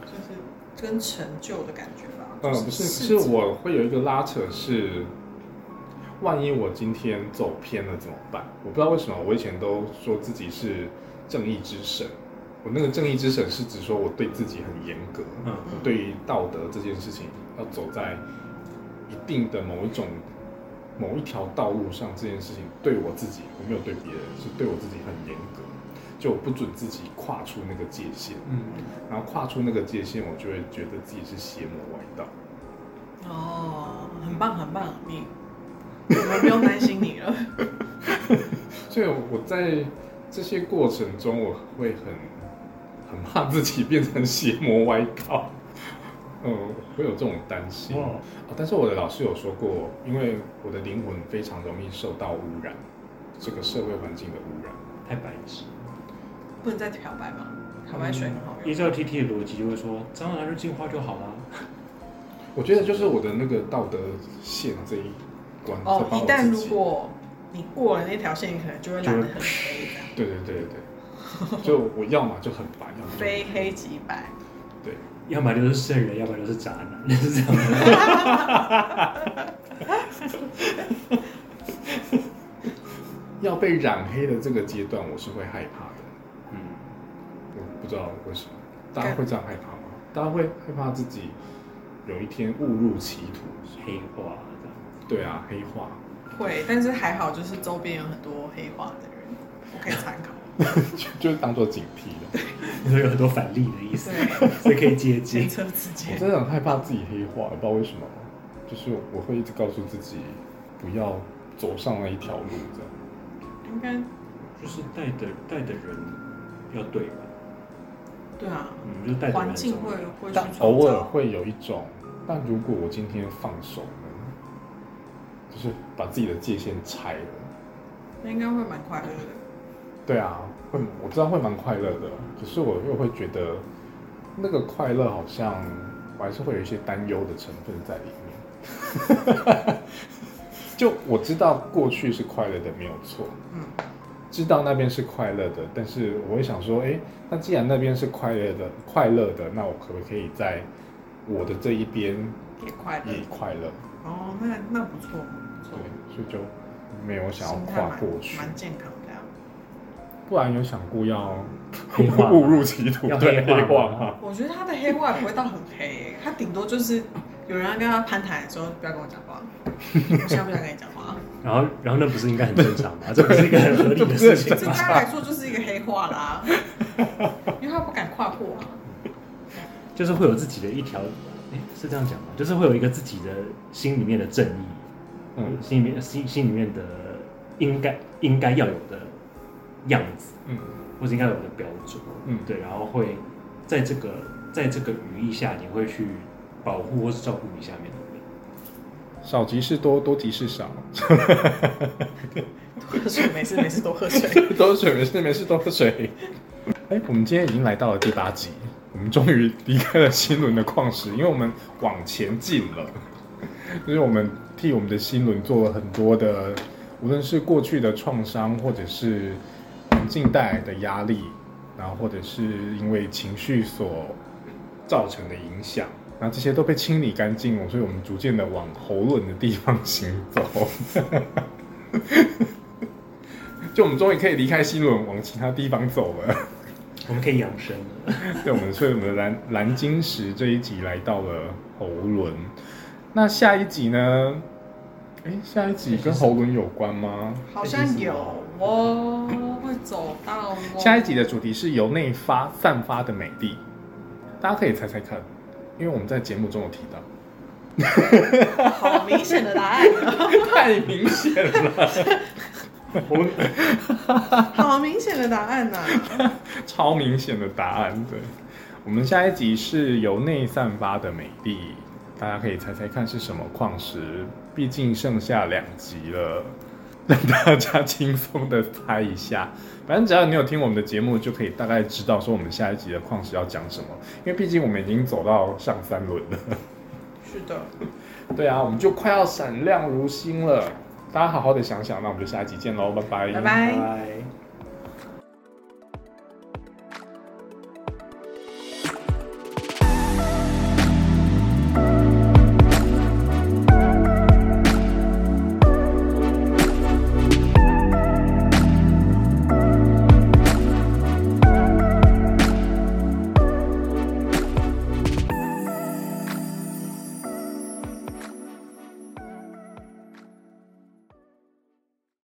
S2: 就是跟成就的感觉吧。
S1: 呃，
S2: 就
S1: 不是，
S2: 事
S1: 是
S2: 情
S1: 我会有一个拉扯是，万一我今天走偏了怎么办？我不知道为什么，我以前都说自己是正义之神，我那个正义之神是指说我对自己很严格，
S3: 嗯，
S1: 我对于道德这件事情要走在一定的某一种某一条道路上，这件事情对我自己，我没有对别人，是对我自己很严格，就我不准自己跨出那个界限，
S3: 嗯，
S1: 然后跨出那个界限，我就会觉得自己是邪魔歪道。
S2: 哦，很棒很棒，你我们不用担心你了。
S1: 所以我在这些过程中，我会很很怕自己变成邪魔歪道， 嗯，会有这种担心。
S3: 哦，
S1: 哦但是我的老师有说过，因为我的灵魂非常容易受到污染，这个社会环境的污染。
S3: 太白痴。
S2: 不能再漂白吗？漂白水很好
S1: 嗯
S3: 嗯
S2: 用。
S3: 依照 T T 的逻辑就会说，蟑螂就进化就好了。
S1: 我觉得就是我的那个道德线这一关
S2: 哦
S1: 在，帮
S2: 一
S1: 我
S2: 旦
S1: 自
S2: 如
S1: 己。
S2: 果你过了那条线，你可能就会
S3: 就
S2: 染
S3: 会
S2: 得很黑的，
S1: 对对对对对，就我要么就很白，要么就
S2: 非黑即白。
S1: 对。
S3: 要么就是圣人，要 么就是渣男，是这样的。
S1: 要被染黑的这个阶段，我是会害怕的。
S3: 嗯，
S1: 我不知道为什么，大家会这样害怕吗？大家会害怕自己有一天误入歧途？
S3: 黑化的，
S1: 对啊，黑化。
S2: 会，但是还好，就是周边有很多黑化的人，我可以参 考。
S1: 就就是当做警惕了。
S3: 你说有很多反例的 意思，
S2: 对，
S3: 所以可以接
S2: 前
S3: 近。
S2: 车之鉴
S1: 我。真的很害怕自己黑化，不知道为什么，就是我会一直告诉自己不要走上那一条路，这样。
S2: 应该
S4: 就是带的带的人要对吧？
S2: 对啊，
S4: 嗯，就是带的人
S2: 环境会会去
S1: 但
S2: 创
S1: 偶尔
S2: 造
S1: 会有一种，但如果我今天放手呢，就是把自己的界限拆了。
S2: 那应该会蛮快乐的。
S1: 对啊，会，我知道会蛮快乐的，可是我又会觉得那个快乐好像我还是会有一些担忧的成分在里面。 就我知道过去是快乐的，没有错，
S2: 嗯，
S1: 知道那边是快乐的，但是我会想说，诶，那既然那边是快乐的，快乐的，那我可不可以在我的这一边
S2: 也快乐
S1: 也。快乐？
S2: 哦，那那不错，不错
S1: 对，，所以就没有想要
S2: 心态
S1: 跨
S2: 蛮
S1: 过去，
S2: 蛮健康的啊。
S1: 不然有想过要
S3: 黑化
S1: 误入歧途，
S3: 要
S1: 对
S3: 黑化
S1: 黑化
S3: 吗
S1: 吗？
S2: 我觉得他的黑化也不会到很黑耶、他顶多就是有人要跟他攀谈的时候，不要跟我讲话，我现在不想跟你讲 话。
S3: 然后，然后那不是应该很正常吗？这不是一个很合理的事情
S2: 这对？
S3: 吗
S2: 他来说就是一个黑化啦，因为他不敢跨过啊。
S3: 就是会有自己的一条，哎，是这样讲吗？就是会有一个自己的心里面的正义，
S1: 嗯
S3: 心里面心心里面的应该应该要有的样子，
S1: 嗯
S3: 或者应该有的标准，
S1: 嗯，
S3: 对，然后会在这个在这个语义下，你会去保护或是照顾你下面的人。
S1: 少即是多，多即是少，
S2: 多喝水，没事没事，多喝水。
S1: 多喝水没事没事多喝水。 哎，我们今天已经来到了第八集，我们终于离开了新轮的矿石，因为我们往前进了， 就是我们替我们的新轮做了很多的，无论是过去的创伤，或者是环境带来的压力，然后或者是因为情绪所造成的影响。那这些都被清理干净了，所以我们逐渐的往喉咙的地方行走。 就我们终于可以离开新轮，往其他地方走了。
S3: 我们可以养生 了，
S1: 对，我们所以我们的蓝蓝晶石这一集来到了喉轮。那下一集呢？哎，下一集跟喉轮有关吗？
S2: 好像有哦，会走到哦。
S1: 下一集的主题是由内发散发的美丽，大家可以猜猜看，因为我们在节目中有提到，
S2: 好明显的答案， 啊
S1: 太明显了，
S3: 我
S2: 好明显的答案啊呐、
S1: 超明显的答案。对，我们下一集是由内散发的美丽，大家可以猜猜看是什么矿石，毕竟剩下两集了。让大家轻松的猜一下，反正只要你有听我们的节目，就可以大概知道说我们下一集的矿石要讲什么。因为毕竟我们已经走到上三轮了。
S2: 是的，
S1: 对啊，我们就快要闪亮如星了。大家好好的想想，那我们就下一集见喽，拜拜，
S2: 拜拜。
S3: 拜。